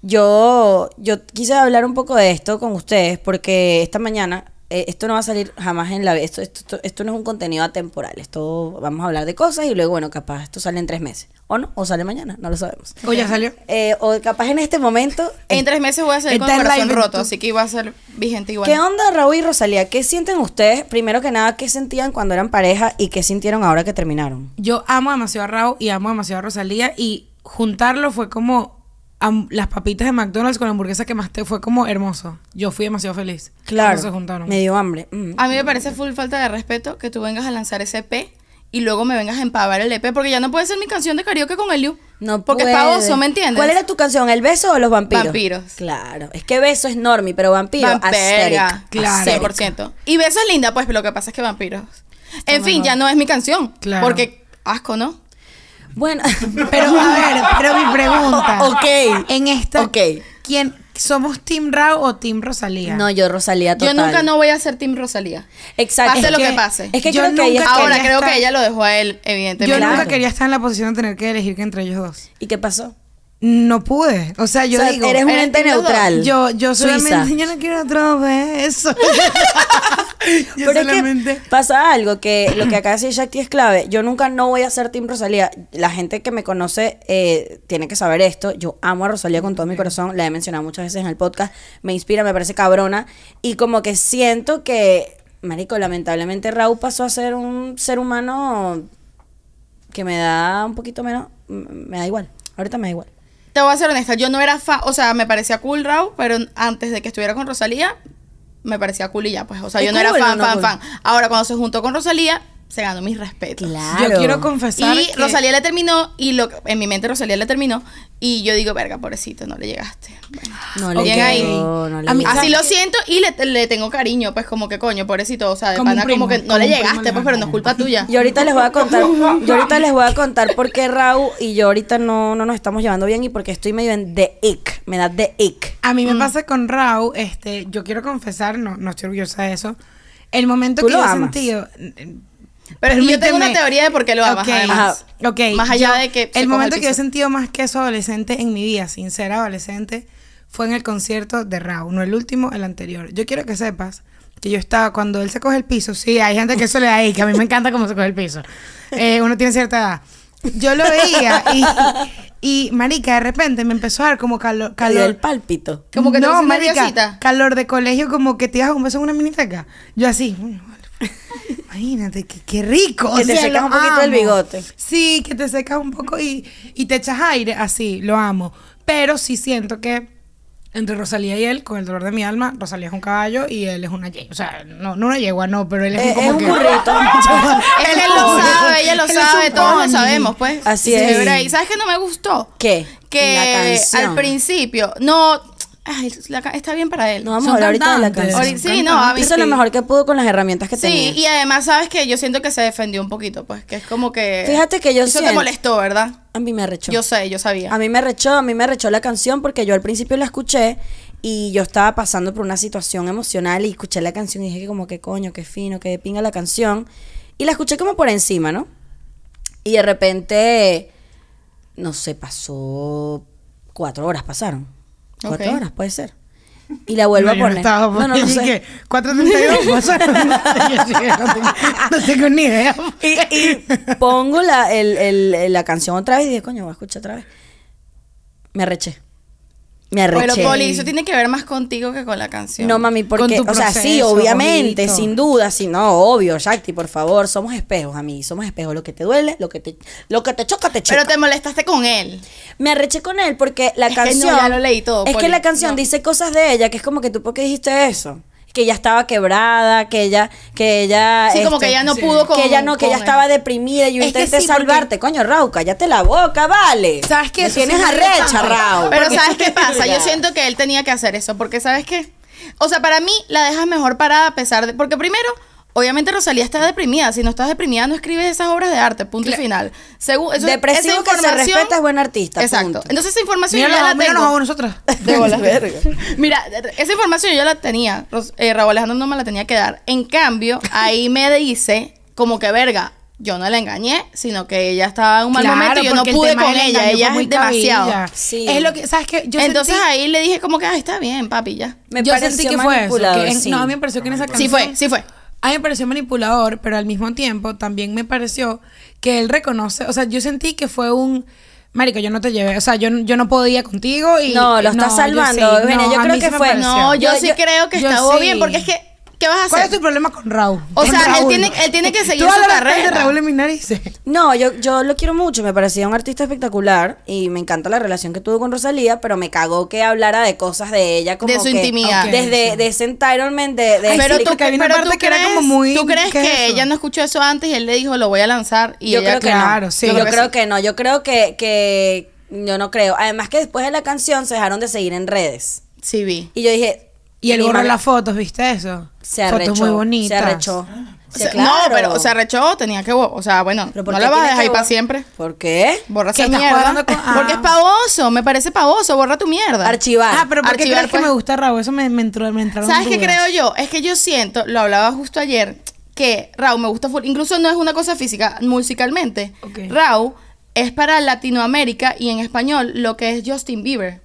S1: Yo, yo quise hablar un poco de esto con ustedes porque esta mañana, eh, esto no va a salir jamás en la... Esto, esto, esto, esto no es un contenido atemporal, esto vamos a hablar de cosas y luego, bueno, capaz esto sale en tres meses. O no, o sale mañana, no lo sabemos.
S2: O ya salió.
S1: Eh, o capaz en este momento...
S3: En tres meses voy a salir con el
S2: Está en
S3: corazón
S2: live en
S3: roto,
S2: tu-
S3: así que iba a ser vigente igual.
S1: ¿Qué onda, Raúl y Rosalía? ¿Qué sienten ustedes? Primero que nada, ¿qué sentían cuando eran pareja y qué sintieron ahora que terminaron?
S2: Yo amo demasiado a Raúl y amo demasiado a Rosalía y juntarlo fue como am- las papitas de McDonald's con la hamburguesa que más te fue como hermoso. Yo fui demasiado feliz.
S1: Claro.
S2: Cuando se juntaron.
S1: Me dio hambre. Mm.
S3: A mí me parece full falta de respeto que tú vengas a lanzar ese EP y luego me vengas a empavar el EP, porque ya no puede ser mi canción de karaoke con Eliu.
S1: No
S3: Porque es
S1: puede.
S3: pavoso, ¿me entiendes?
S1: ¿Cuál era tu canción? ¿El beso o los vampiros?
S3: Vampiros.
S1: Claro. Es que beso es normie, pero vampiro,
S3: Vampira,
S1: aesthetic.
S2: claro.
S1: Aesthetic.
S3: 100%. Y beso es linda, pues, pero lo que pasa es que vampiros. En fin, ya no es mi canción.
S2: Claro.
S3: Porque asco, ¿no? (laughs)
S1: Bueno, (laughs)
S2: Pero a ver, pero mi (laughs) pregunta.
S1: Ok.
S2: En esta.
S1: Ok.
S2: ¿Quién somos Team Raúl o Team Rosalía?
S1: no, yo Rosalía total.
S3: Yo nunca no voy a ser Team Rosalía.
S1: Exacto.
S3: Pase
S1: Es
S3: lo
S1: que-
S3: que pase.
S1: Es que
S2: Yo
S1: creo que ella
S2: nunca-
S1: es que-
S3: Ahora
S2: ella
S3: creo
S2: está-
S3: que ella lo dejó a él,
S2: Yo
S3: evidentemente.
S1: Claro.
S2: nunca quería estar en la posición de tener que elegir que entre ellos dos.
S1: ¿Y qué pasó?
S2: No pude. O sea, yo
S1: O sea,
S2: digo.
S1: eres un
S3: eres
S1: ente
S3: team los dos.
S1: neutral.
S2: Yo, yo
S1: Suiza.
S2: solamente. Yo no quiero
S1: (laughs)
S2: otro beso. yo
S1: Pero
S2: solamente.
S1: es que pasa algo que lo que acaba de decir Shakti es clave. Yo nunca no voy a ser Team Rosalía. La gente que me conoce eh, tiene que saber esto. Yo amo a Rosalía con todo mi corazón. La he mencionado muchas veces en el podcast. Me inspira, me parece cabrona. Y como que siento que, Marico, lamentablemente Raúl pasó a ser un ser humano que me da un poquito menos. m- Me da igual. Ahorita me da igual.
S3: Te voy a ser honesta, yo no era fan, o sea, me parecía cool Raúl, pero antes de que estuviera con Rosalía, me parecía cool y ya, pues, o sea,
S1: ¿Es
S3: yo no era
S1: cool o
S3: fan,
S1: no
S3: fan,
S1: cool?
S3: fan. Ahora, cuando se juntó con Rosalía, se ganó mis respetos.
S2: Yo quiero confesar.
S3: Y
S2: que-
S3: Rosalía le terminó, y lo, en mi mente Rosalía le terminó, y yo digo, verga, pobrecito, no le llegaste. Bueno.
S1: No le
S3: Bien
S1: llegó,
S3: ahí.
S1: no le
S2: A mí-
S1: llegó.
S3: Así
S2: ¿sabes
S3: lo
S2: qué?
S3: siento y le, le tengo cariño, pues como que coño, pobrecito, o sea, de
S2: Como un
S3: pana,
S2: primo,
S3: como que no
S2: como
S3: le
S2: un primo
S3: llegaste, pues, pero no es
S2: (laughs)
S3: culpa tuya.
S1: Yo ahorita les voy a
S3: (laughs)
S1: contar, yo ahorita les voy a contar por qué Raúl y yo ahorita no, no nos estamos llevando bien y porque estoy medio en de ick, me da de ick.
S2: A mí me pasa con Rau, este, yo quiero confesar, no, no estoy orgullosa de eso. El momento
S1: Tú
S2: que
S1: lo
S2: yo he
S1: amas.
S2: sentido.
S3: Pero yo tengo una
S2: Permíteme.
S3: teoría de por qué lo amas,
S2: Ok,
S3: además.
S2: ajá, ok,
S3: Más allá
S2: yo-
S3: de que se
S2: El
S3: coja
S2: momento que yo he
S3: piso.
S2: sentido más que eso adolescente en mi vida, sincera adolescente, fue en el concierto de Raúl, no el último, el anterior. Yo quiero que sepas que yo estaba, cuando él se coge el piso, sí, hay gente que eso le da ahí, que a mí me encanta cómo se coge el piso. Eh, uno tiene cierta edad. Yo lo veía y, y, marica, de repente me empezó a dar como calo-
S1: Calor.
S2: calor
S1: el pálpito.
S3: Como que te pusiste nerviosita.
S2: calor de colegio, como que te ibas a un beso en una miniteca. Yo así, "Uy,
S1: (laughs)
S2: vale". imagínate, qué, qué rico. o
S1: Que te
S2: sea,
S1: secas
S2: lo
S1: un poquito el
S2: amo.
S1: bigote.
S2: Sí, que te secas un poco y, y te echas aire, así, lo amo. Pero sí siento que entre Rosalía y él, con el dolor de mi alma, Rosalía es un caballo y él es una yegua. O sea, no, no una yegua, no, pero él es
S1: Eh,
S2: un, como
S1: es un
S2: que-
S1: burrito.
S3: Es
S2: Él
S3: que (laughs) él
S1: (laughs)
S2: es
S3: lo
S2: un-
S3: sabe, ella lo
S2: él es
S3: sabe,
S2: un
S3: todos
S2: pony.
S3: lo sabemos, pues.
S1: Así
S3: Sí,
S1: es.
S3: pero ahí, ¿Sabes qué no me gustó?
S1: ¿Qué? La
S3: Que
S1: canción.
S3: al principio, no, ay, la ca- está bien para él.
S1: No vamos a
S2: Son
S1: hablar ahorita de la
S2: cantantes.
S1: canción.
S3: Ahorita- sí, no, a mí
S1: Hizo lo
S3: sí.
S1: mejor que pudo con las herramientas que
S3: Sí,
S1: tenía.
S3: y además sabes que yo siento que se defendió un poquito, pues, que es como que...
S1: Fíjate que yo
S3: Eso te
S1: siento-
S3: molestó, ¿verdad?
S1: a mí me arrechó.
S3: Yo sé, yo sabía.
S1: A mí me rechó, a mí me rechó la canción porque yo al principio la escuché y yo estaba pasando por una situación emocional y escuché la canción y dije que como que coño, qué fino, que de pinga la canción. Y la escuché como por encima, ¿no? Y de repente, no sé, pasó cuatro horas, pasaron. Cuatro
S3: Ok.
S1: horas, puede ser. Y la vuelvo
S2: No,
S1: a
S2: yo no
S1: poner.
S2: estaba,
S1: No, no,
S2: yo
S1: no sé.
S2: (laughs) dije,
S1: (laughs)
S2: 432, pasaron. Yo dije, no tengo- No tengo ni idea.
S1: Y, y pongo la, el- el- la canción otra vez y dije, coño, voy a escuchar otra vez. Me arreché. Me
S3: Pero
S1: arreché.
S3: Poli, eso tiene que ver más contigo que con la canción.
S1: No, mami, porque,
S2: Con tu
S1: o sea, sí,
S2: proceso,
S1: obviamente,
S2: ojito.
S1: sin duda, sí, no, obvio, Shakti, por favor, somos espejos, a mí, somos espejos, lo que te duele, lo que te, lo que te choca, te choca.
S3: Pero te molestaste con él.
S1: Me arreché con él porque la
S3: Es que no,
S1: canción.
S3: ya lo leí todo,
S1: Es que
S3: Poli.
S1: la canción
S3: No.
S1: dice cosas de ella que es como que tú, ¿por qué dijiste eso? Que ella estaba quebrada, que ella. Que ella este,
S3: Sí, como que ella no pudo con-
S1: Que ella no, que
S3: con
S1: ella
S3: él.
S1: estaba deprimida y yo
S2: Es que
S1: intenté
S2: sí, porque-
S1: salvarte. Coño, Rau, cállate la boca, vale.
S2: ¿Sabes qué?
S1: Me
S2: Eso sí
S1: tienes
S2: me
S1: arrecha,
S2: molesta.
S1: Rau.
S3: Pero
S1: porque-
S3: ¿sabes qué pasa?
S1: (laughs)
S3: Yo siento que él tenía que hacer eso, porque ¿sabes qué? O sea, para mí la dejas mejor parada a pesar de... Porque primero, obviamente Rosalía está deprimida. Si no estás deprimida, no escribes esas obras de arte, punto y final. Según, eso- esa
S1: Depresivo que se
S3: información-
S1: respeta es buen artista.
S3: Exacto.
S1: punto.
S3: Entonces esa información yo ya la
S2: Míranos, míranos
S3: tengo.
S2: a nosotros.
S3: De
S1: (laughs)
S3: bola.
S1: Verga.
S3: Mira, esa información yo la tenía. Ros- eh, Raúl Alejandro no me la tenía que dar. En cambio, ahí me dice, como que verga, yo no la engañé, sino que ella estaba en un mal
S2: Claro,
S3: momento y yo no
S2: porque el
S3: pude
S2: tema
S3: con
S2: del
S3: ella.
S2: engaño
S3: Ella
S2: fue muy
S3: es demasiado.
S2: cabilla.
S1: Sí.
S2: Es lo que, ¿sabes qué? Yo
S3: Entonces
S2: sentí,
S3: ahí le dije como que, ah, está bien, papi, ya.
S1: Me
S2: yo
S1: pareció
S2: sentí que fue eso.
S1: manipulador,
S2: que en-
S1: sí.
S2: No, a mí me pareció que en esa canción...
S3: Sí fue, sí fue.
S2: A mí me pareció manipulador, pero al mismo tiempo también me pareció que él reconoce, o sea, yo sentí que fue un... Marico, yo no te llevé, o sea, yo, yo no podía contigo y...
S1: No, lo está
S2: yo
S1: salvando, Eugenia, yo
S2: a
S1: creo
S2: mí
S1: que
S2: sí me
S1: fue-
S2: pareció.
S3: No, yo,
S1: Yo-
S3: sí
S1: yo-
S3: creo que
S2: yo
S3: estaba
S2: sí.
S3: bien, porque es que, ¿qué vas a
S2: ¿Cuál es
S3: hacer?
S2: tu problema con Raúl?
S3: O
S2: Con
S3: sea, él
S2: Raúl.
S3: tiene, él tiene que seguir
S2: Tú
S3: su
S2: hablas bastante de
S3: carrera.
S2: Raúl en mis narices.
S1: No, yo, yo lo quiero mucho, me parecía un artista espectacular y me encanta la relación que tuvo con Rosalía, pero me cagó que hablara de cosas de ella como
S3: De su
S1: que-
S3: intimidad.
S1: Ok, desde
S2: sí.
S1: de ese entitlement de, de
S2: Ay,
S1: explicar-
S3: pero
S2: sí,
S3: tú,
S2: porque había una
S3: pero
S2: parte
S3: tú
S2: que era
S3: crees,
S2: como muy-
S3: ¿tú crees
S2: ¿qué es
S3: que
S2: eso?
S3: ella no escuchó eso antes y él le dijo, lo voy a lanzar? Y
S1: yo
S3: ella,
S1: creo que
S2: claro,
S1: no.
S2: sí.
S1: yo,
S2: Yo
S1: creo
S2: creo
S1: que no, yo creo que, que yo no creo. Además que después de la canción se dejaron de seguir en redes.
S3: Sí, vi.
S1: Y yo dije,
S2: Y él
S1: mi
S2: borró
S1: madre-
S2: las fotos, ¿viste eso?
S1: se arrechó,
S2: Fotos muy bonitas.
S1: se arrechó.
S3: Ah, O
S1: Sí,
S3: sea,
S1: claro.
S3: No, pero se arrechó, tenía que. bo- O sea, bueno,
S1: ¿Pero por
S3: no
S1: qué
S3: la vas a
S1: tienes
S3: dejar
S1: que
S3: ahí para
S1: borrar?
S3: siempre. Ah,
S1: ¿Por qué?
S3: Borra
S2: ¿Qué
S3: esa
S2: estás
S3: mierda.
S2: cuadrando con- ah.
S3: (laughs) Porque es pavoso, me parece pavoso. Borra tu mierda.
S1: Archivar.
S2: Ah, pero ¿por qué
S3: Archivar,
S2: crees
S3: pues.
S2: que me gusta Raúl? Eso me, me entró, me entraron
S3: ¿Sabes qué
S2: dudas.
S3: creo yo? Es que yo siento, lo hablaba justo ayer, que Rau me gusta full. Incluso no es una cosa física, musicalmente.
S2: Ok.
S3: Rau es para Latinoamérica y en español lo que es Justin Bieber.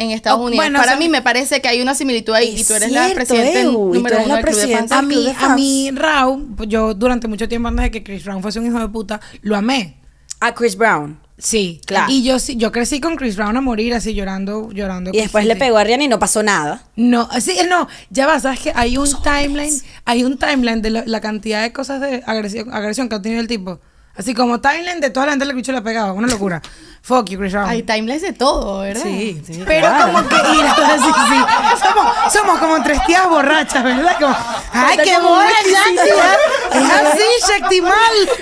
S3: En Estados
S2: Oh,
S3: Unidos.
S2: bueno,
S3: para
S2: o sea,
S3: mí me parece que hay una similitud ahí.
S1: Es
S3: y tú eres la
S1: cierto,
S3: presidenta
S1: Ew, y tú
S3: número
S1: eres
S3: uno
S1: la
S3: del Club de Fans.
S1: presidenta.
S2: A
S1: Club
S2: mí,
S1: de
S2: a
S1: Fans.
S2: mí, Raúl, yo durante mucho tiempo antes de que Chris Brown fuese un hijo de puta, lo amé.
S1: A Chris Brown.
S2: Sí,
S1: Claro.
S2: Y yo sí, yo crecí con Chris Brown a morir así llorando, llorando.
S1: Y después le
S2: constante.
S1: pegó a Rihanna y no pasó nada.
S2: No, sí, no, ya va, sabes que hay un timeline, hay un timeline de lo- la cantidad de cosas de agresión, agresión que ha tenido el tipo. Así como timeline de toda la gente a la que Chris le ha pegado, una locura. (laughs) Fuck you, Chris Brown.
S3: Hay timeless de todo, ¿verdad?
S2: Sí, sí. Eh. Pero
S1: claro.
S2: como que ir (laughs) sí, sí. Somos, somos como tres tías borrachas, ¿verdad? Como, ay, qué
S1: como muy
S2: bola,
S1: (laughs)
S2: Shakti. ¿eh? Es así, Shakti mal.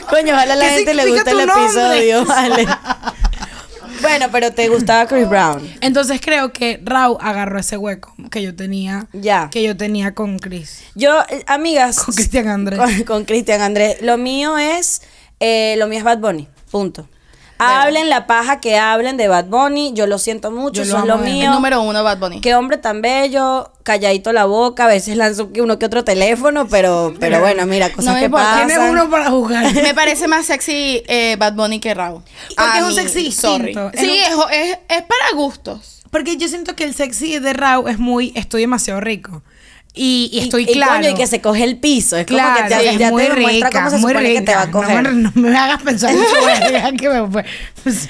S1: Coño, ojalá la
S2: ¿Qué
S1: gente le guste
S2: significa
S1: el
S2: tu nombre? (laughs)
S1: episodio, (laughs) vale. bueno, pero te gustaba Chris Brown.
S2: Entonces creo que Rau agarró ese hueco que yo tenía,
S1: Ya.
S2: que yo tenía con Chris.
S1: Yo, eh, amigas.
S2: Con Cristian Andrés.
S1: Con, con Cristian Andrés. Lo mío es. eh, lo mío es Bad Bunny. Punto. Hablen la paja que hablen de Bad Bunny. Yo lo siento mucho,
S2: Yo
S1: eso
S2: lo
S1: es lo
S2: amo eh. de-
S1: mío.
S3: (laughs) Número uno, Bad Bunny.
S2: (laughs)
S1: Qué hombre tan bello, calladito la boca, a veces lanzo que uno que otro teléfono, pero, pero bueno, mira,
S3: No
S1: cosas
S3: me
S1: que
S3: importa.
S1: pasan.
S2: Tiene uno para jugar.
S3: Me parece más sexy eh, Bad Bunny que Raúl.
S2: Porque es un sexy distinto. Es
S3: Sí, es,
S2: un-
S3: es, es para gustos.
S2: Porque yo siento que el sexy de Rau es muy, estoy demasiado rico. Y, y estoy
S1: y, y
S2: claro.
S1: coño, y que se coge el piso. Es
S2: Claro,
S1: como que te,
S2: es
S1: ya
S2: muy
S1: te demuestra
S2: rica,
S1: cómo se
S2: muy
S1: supone
S2: rica.
S1: que te va a coger.
S2: No, me- no me hagas pensar en
S1: (laughs)
S2: su verga que me fue. Pues,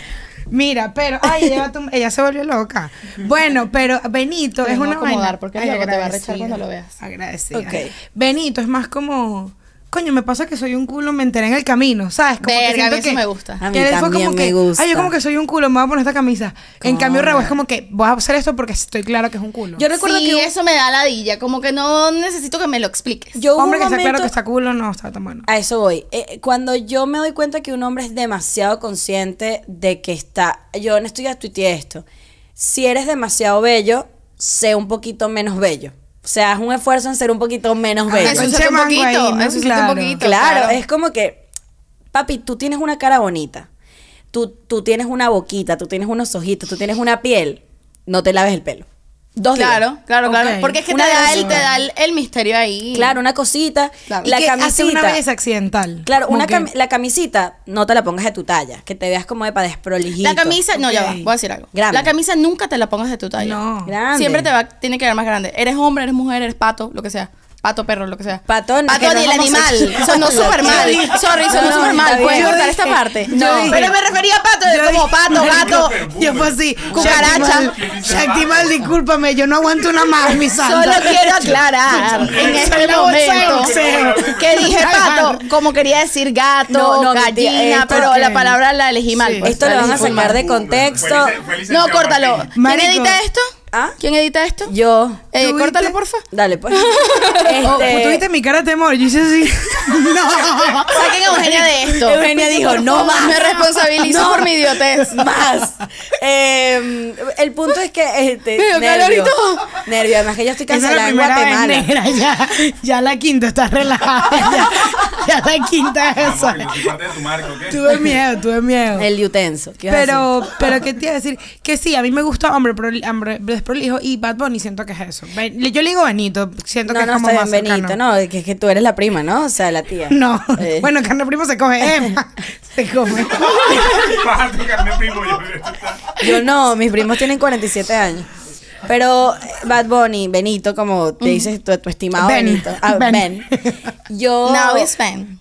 S2: Mira, pero, ay, ella, va a tum- ella se volvió loca. Bueno, pero Benito
S3: Te
S2: es
S3: vengo a
S2: una
S3: acomodar,
S2: vaina-
S3: porque
S2: Ay,
S3: luego te va a rechar
S2: agradecida,
S3: cuando lo veas.
S2: Agradecida.
S1: Ok.
S2: Benito es más como, coño, me pasa que soy un culo, me enteré en el camino, ¿sabes? Como que siento
S3: Verga, a mí eso
S2: que-
S3: me gusta.
S1: A mí
S2: que él fue
S1: también
S2: como
S1: me
S2: que,
S1: gusta.
S2: Ay, yo como que soy un culo, me voy a poner esta camisa. En cambio, Raúl es como que, voy a hacer esto porque estoy claro que es un culo.
S1: Yo recuerdo
S3: sí,
S1: que hubo-
S3: eso me da ladilla, como que no necesito que me lo expliques.
S1: yo hubo
S2: Hombre
S1: un
S2: que está claro
S1: momento-
S2: que está culo, no está tan bueno.
S1: A eso voy. Eh, cuando yo me doy cuenta que un hombre es demasiado consciente de que está. Yo en esto ya tuiteé esto. Si eres demasiado bello, sé un poquito menos bello. O sea, haz un esfuerzo en ser un poquito menos bello.
S3: eso
S2: con
S3: es un
S2: chamango
S3: poquito,
S2: ahí, ¿no?
S3: eso es
S2: Claro.
S3: un poquito.
S1: Claro, es como que, papi, tú tienes una cara bonita, tú, tú tienes una boquita, tú tienes unos ojitos, tú tienes una piel, no te laves el pelo. Dos días.
S3: Claro, claro, claro.
S2: Ok.
S3: Porque es que te
S1: Una
S3: da, el,
S1: cosita.
S3: te da el, el misterio ahí.
S1: Claro, una cosita,
S3: Claro.
S2: Y
S1: la
S2: que hace una
S1: camisita.
S2: vez accidental.
S1: Claro,
S2: Como
S1: una
S2: que-
S1: cami- la camisita no te la pongas de tu talla, que te veas como de para desprolijito.
S3: La camisa, no, ya va,
S2: Ok.
S3: voy a decir algo.
S1: Grande.
S3: La camisa nunca te la pongas de tu talla.
S2: No.
S1: Grande.
S3: Siempre te va, tiene que ver más grande. Eres hombre, eres mujer, eres pato, lo que sea. pato, perro, lo que sea.
S1: Patón, que
S3: Pato
S1: no
S3: ni el
S1: somos
S3: animal.
S1: sexuales.
S3: Sonó súper mal.
S1: Yo dije-
S3: Sorry,
S1: No,
S3: sonó
S1: no,
S3: súper mal.
S1: está
S3: Puedes
S1: bien.
S3: cortar esta parte.
S1: Yo
S3: No.
S1: dije-
S3: Pero me refería a pato,
S2: Yo
S3: de como
S2: dije-
S3: pato,
S1: (laughs)
S3: gato.
S2: Yo fue así.
S3: Cucaracha.
S2: Shaktimal, Shaktimal, discúlpame, yo no aguanto una más, mi santa.
S3: Solo
S1: (laughs)
S3: quiero aclarar en este
S2: Soy la bolsa de
S3: momento
S2: boxeo.
S3: que dije pato, como quería decir gato,
S1: No, no,
S3: gallina,
S1: mentira, esto-
S3: pero la palabra la elegí mal.
S2: Sí.
S3: pues,
S1: Esto
S3: la
S1: lo van a
S3: elegí
S1: sacar
S3: mal.
S1: de contexto.
S3: No, córtalo.
S2: Marico.
S3: ¿Quién edita esto?
S1: ¿Ah?
S3: ¿Quién edita esto?
S1: Yo.
S3: Eh,
S2: ¿Tú
S3: córtalo,
S1: (laughs)
S2: viste?
S3: porfa.
S1: Dale,
S3: (laughs)
S1: pues.
S2: Oh, tú
S1: Este,
S2: viste mi cara de temor, yo hice así. (laughs)
S1: (laughs)
S2: No.
S3: Saquen a Eugenia de esto.
S1: Eugenia dijo,
S3: Por
S1: no
S3: favor,
S1: más.
S3: Me responsabilizo
S1: No.
S3: por mi idiotez.
S1: más. Eh, el punto es que. Este,
S3: Me dio
S1: nervio,
S3: calorito.
S1: nervio. Además que yo estoy
S2: Esa es la
S1: cancelada en
S2: primera vez
S1: Guatemala.
S2: negra, ya, ya la quinta está relajada. (laughs) Ya, ya la quinta es
S4: Ah,
S2: esa.
S4: de tu marca, ¿ok?
S2: Tuve miedo, tuve miedo.
S1: El liutenso. ¿qué ibas a decir?
S2: Pero, pero qué te iba a decir que sí, a mí me gusta hombre, pro, hombre desprolijo y Bad Bunny siento que es eso. Ve- Yo le digo Benito, siento que
S1: No,
S2: es
S1: no,
S2: como
S1: está
S2: más
S1: bien,
S2: cercano.
S1: Benito. No, es que, es que tú eres la prima, ¿no? O sea, la tía.
S2: (laughs) No,
S1: Eh,
S2: bueno, carne primo se coge, eh, (laughs) se
S1: (laughs)
S2: come.
S4: Pato, carne primo, yo-
S1: Yo no, mis primos tienen 47 años. Pero eh, Bad Bunny, Benito, como te dices tu, tu estimado
S2: Ben.
S1: Benito. Ah, ben.
S2: Ben.
S1: Yo.
S3: (laughs) Now is fan.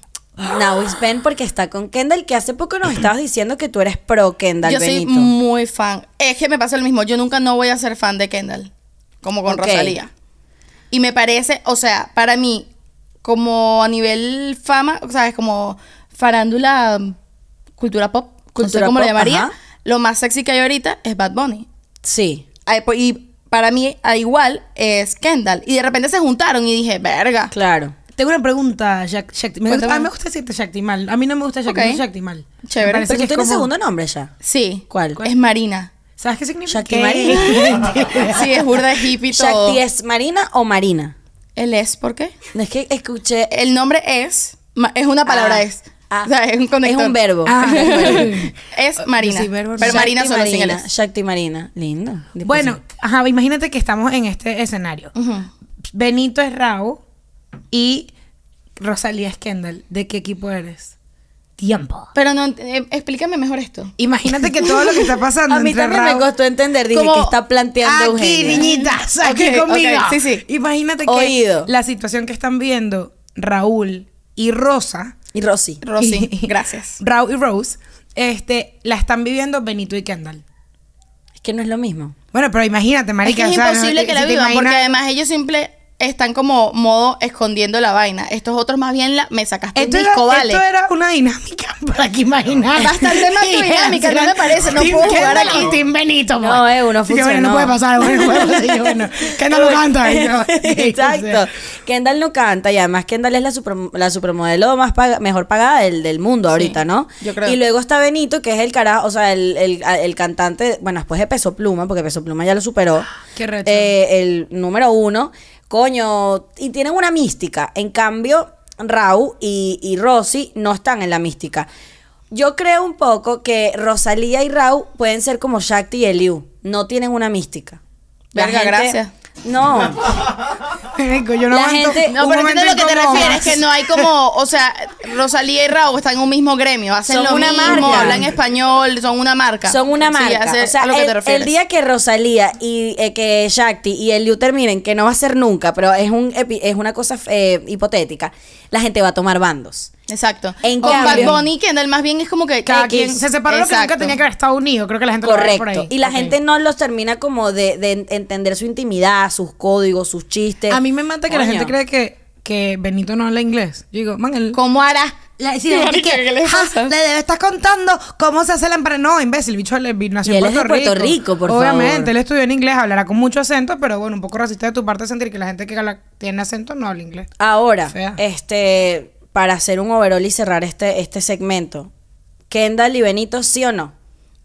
S1: Now is Ben porque está con Kendall, que hace poco nos estabas diciendo que tú eres pro Kendall,
S3: Yo soy
S1: Benito.
S3: muy fan. Es que me pasa lo mismo. Yo nunca no voy a ser fan de Kendall. Como con
S1: Ok.
S3: Rosalía. Y me parece, o sea, para mí, como a nivel fama, o sea, es como farándula, mm, cultura pop,
S1: Cultura
S3: cultura como lo
S1: pop,
S3: llamaría,
S1: ajá.
S3: lo más sexy que hay ahorita es Bad Bunny.
S1: Sí.
S3: Ay, po- Y para mí, a igual, es Kendall. Y de repente se juntaron y dije, verga.
S1: Claro.
S2: Tengo una pregunta, Jack, Shakti- me gusta,
S3: Cuéntame.
S2: a mí me gusta decirte Shaktimal. A mí no me gusta Shaktimal,
S3: Ok.
S2: Shaktimal.
S3: Chévere.
S2: Me parece
S1: Pero
S2: que
S1: tú
S2: es
S1: tienes
S2: como-
S1: segundo nombre ya.
S3: Sí.
S1: ¿Cuál?
S3: Es Marina.
S2: ¿Sabes qué significa? (laughs)
S1: Shaktimal.
S2: ¿Qué?
S3: Sí, es burda de hippie y todo.
S1: Shakti es Marina o Marina.
S3: Él es, ¿por qué?
S1: No es que escuché. eh,
S3: El nombre es, ma- es una palabra
S1: Ah,
S3: es.
S1: ah.
S3: o sea, es un
S1: (laughs)
S3: conector.
S1: Es un verbo.
S2: Ah,
S3: (laughs) Es Marina.
S2: Sí, verbo,
S3: pero
S2: no.
S3: Marina
S1: Shakti
S3: solo sin el
S1: Marina,
S3: es.
S1: Shakti Marina. Lindo.
S2: (laughs) Bueno, ajá, imagínate que estamos en este escenario.
S3: Ujú.
S2: Benito es Rao y Rosalía es Kendall. ¿De qué equipo eres? Tiempo.
S3: Pero no, ent- eh, explícame mejor esto.
S2: Imagínate que todo lo que está pasando
S1: A mí
S2: entre
S1: también
S2: Rao-
S1: me costó entender. Dije
S3: Como,
S1: que está planteando
S2: Aquí,
S1: Eugenia.
S2: niñitas, aquí
S3: Ok, ok,
S2: conmigo.
S3: sí, sí.
S2: Imagínate que
S1: Oído.
S2: la situación que están viendo Raúl y Rosa,
S1: Y Rosy.
S2: (laughs)
S3: Rosy, gracias.
S2: Raúl y Rose, este, la están viviendo Benito y Kendall.
S1: Es que no es lo mismo.
S2: Bueno, pero imagínate,
S3: Es que
S2: marica.
S3: es
S2: o sea,
S3: imposible
S2: ¿no? eh,
S3: que
S2: Si
S3: la
S2: te
S3: vivan porque
S2: imaginas-
S3: además ellos simple están como modo escondiendo la vaina. Estos otros más bien la, me sacaste
S2: Esto
S3: un
S2: era,
S3: disco, vale.
S2: esto era una dinámica (laughs) para que imaginar. (laughs)
S3: Bastante más tu dinámica, no me parece, no
S2: Team
S3: puedo jugar
S2: Kendall
S3: aquí.
S2: y Team Benito.
S1: No,
S2: pues.
S1: eh, uno
S2: Así que,
S1: funcionó.
S2: bueno, no puede pasar, bueno, no puede pasar. Y
S1: (laughs)
S2: yo,
S3: (laughs)
S2: bueno, Kendall lo canta. Y (laughs) yo,
S1: Exacto. Kendall no canta y además Kendall es la, super, la supermodelo más paga- mejor pagada del, del mundo ahorita, ¿no?
S3: yo creo.
S1: Y luego está Benito, que es el carajo, o sea, el, el- el cantante, bueno, después de Peso Pluma, porque Peso Pluma ya lo superó.
S2: Qué recho.
S1: Eh, el número uno. Coño, y tienen una mística. En cambio, Rau y, y Rosy no están en la mística. Yo creo un poco que Rosalía y Rau pueden ser como Shakti y Eliu. No tienen una mística. La
S3: Verga, gracias. (laughs)
S1: No.
S2: Marico, yo no
S1: La
S2: aguanto
S1: gente-
S3: No,
S2: un
S3: pero entiendo lo
S2: momento
S3: que te
S2: incómodo.
S3: refieres, que no hay como, o sea, Rosalía y Raúl están en un mismo gremio, hacen
S1: Son
S3: lo
S1: una
S3: mismo,
S1: marca.
S3: hablan español, son una marca.
S1: Son una
S3: Sí,
S1: marca.
S3: hace-
S1: o sea,
S3: a lo que
S1: el,
S3: te
S1: el
S3: refieres.
S1: día que Rosalía y eh, que Shakti y Eliu terminen, que no va a ser nunca, pero es un epi- es una cosa eh, hipotética, la gente va a tomar bandos.
S3: Exacto.
S1: En
S3: Con
S1: cambio-
S3: Bad Bunny, Kendall más bien es como que
S2: Cada
S1: X.
S2: quien se separó lo que nunca
S3: Exacto.
S2: tenía que haber estado unido. Creo que la gente lo ve por ahí.
S1: Correcto. Y la
S2: Ok.
S1: gente no los termina como de, de en- entender su intimidad, sus códigos, sus chistes.
S2: A mí me mata que la
S1: Coño.
S2: gente cree que, que Benito no habla inglés. Yo digo, man, él...
S3: ¿Cómo hará?
S2: La, sí, la gente
S3: Marica,
S2: que,
S3: ¿qué
S2: (laughs)
S3: les
S2: "Ja,
S3: pasa?"
S2: le debe estar contando cómo se hace la empanada. No, imbécil, el bicho le- nació
S1: Y
S2: en
S1: él es de
S2: Puerto,
S1: Puerto Rico, por
S2: Obviamente,
S1: favor.
S2: él estudió en inglés, hablará con mucho acento, pero bueno, un poco racista de tu parte sentir que la gente que habla- tiene acento no habla inglés.
S1: Ahora,
S2: Fea.
S1: este, para hacer un overall y cerrar este, este segmento, Kendall y Benito, ¿sí o no?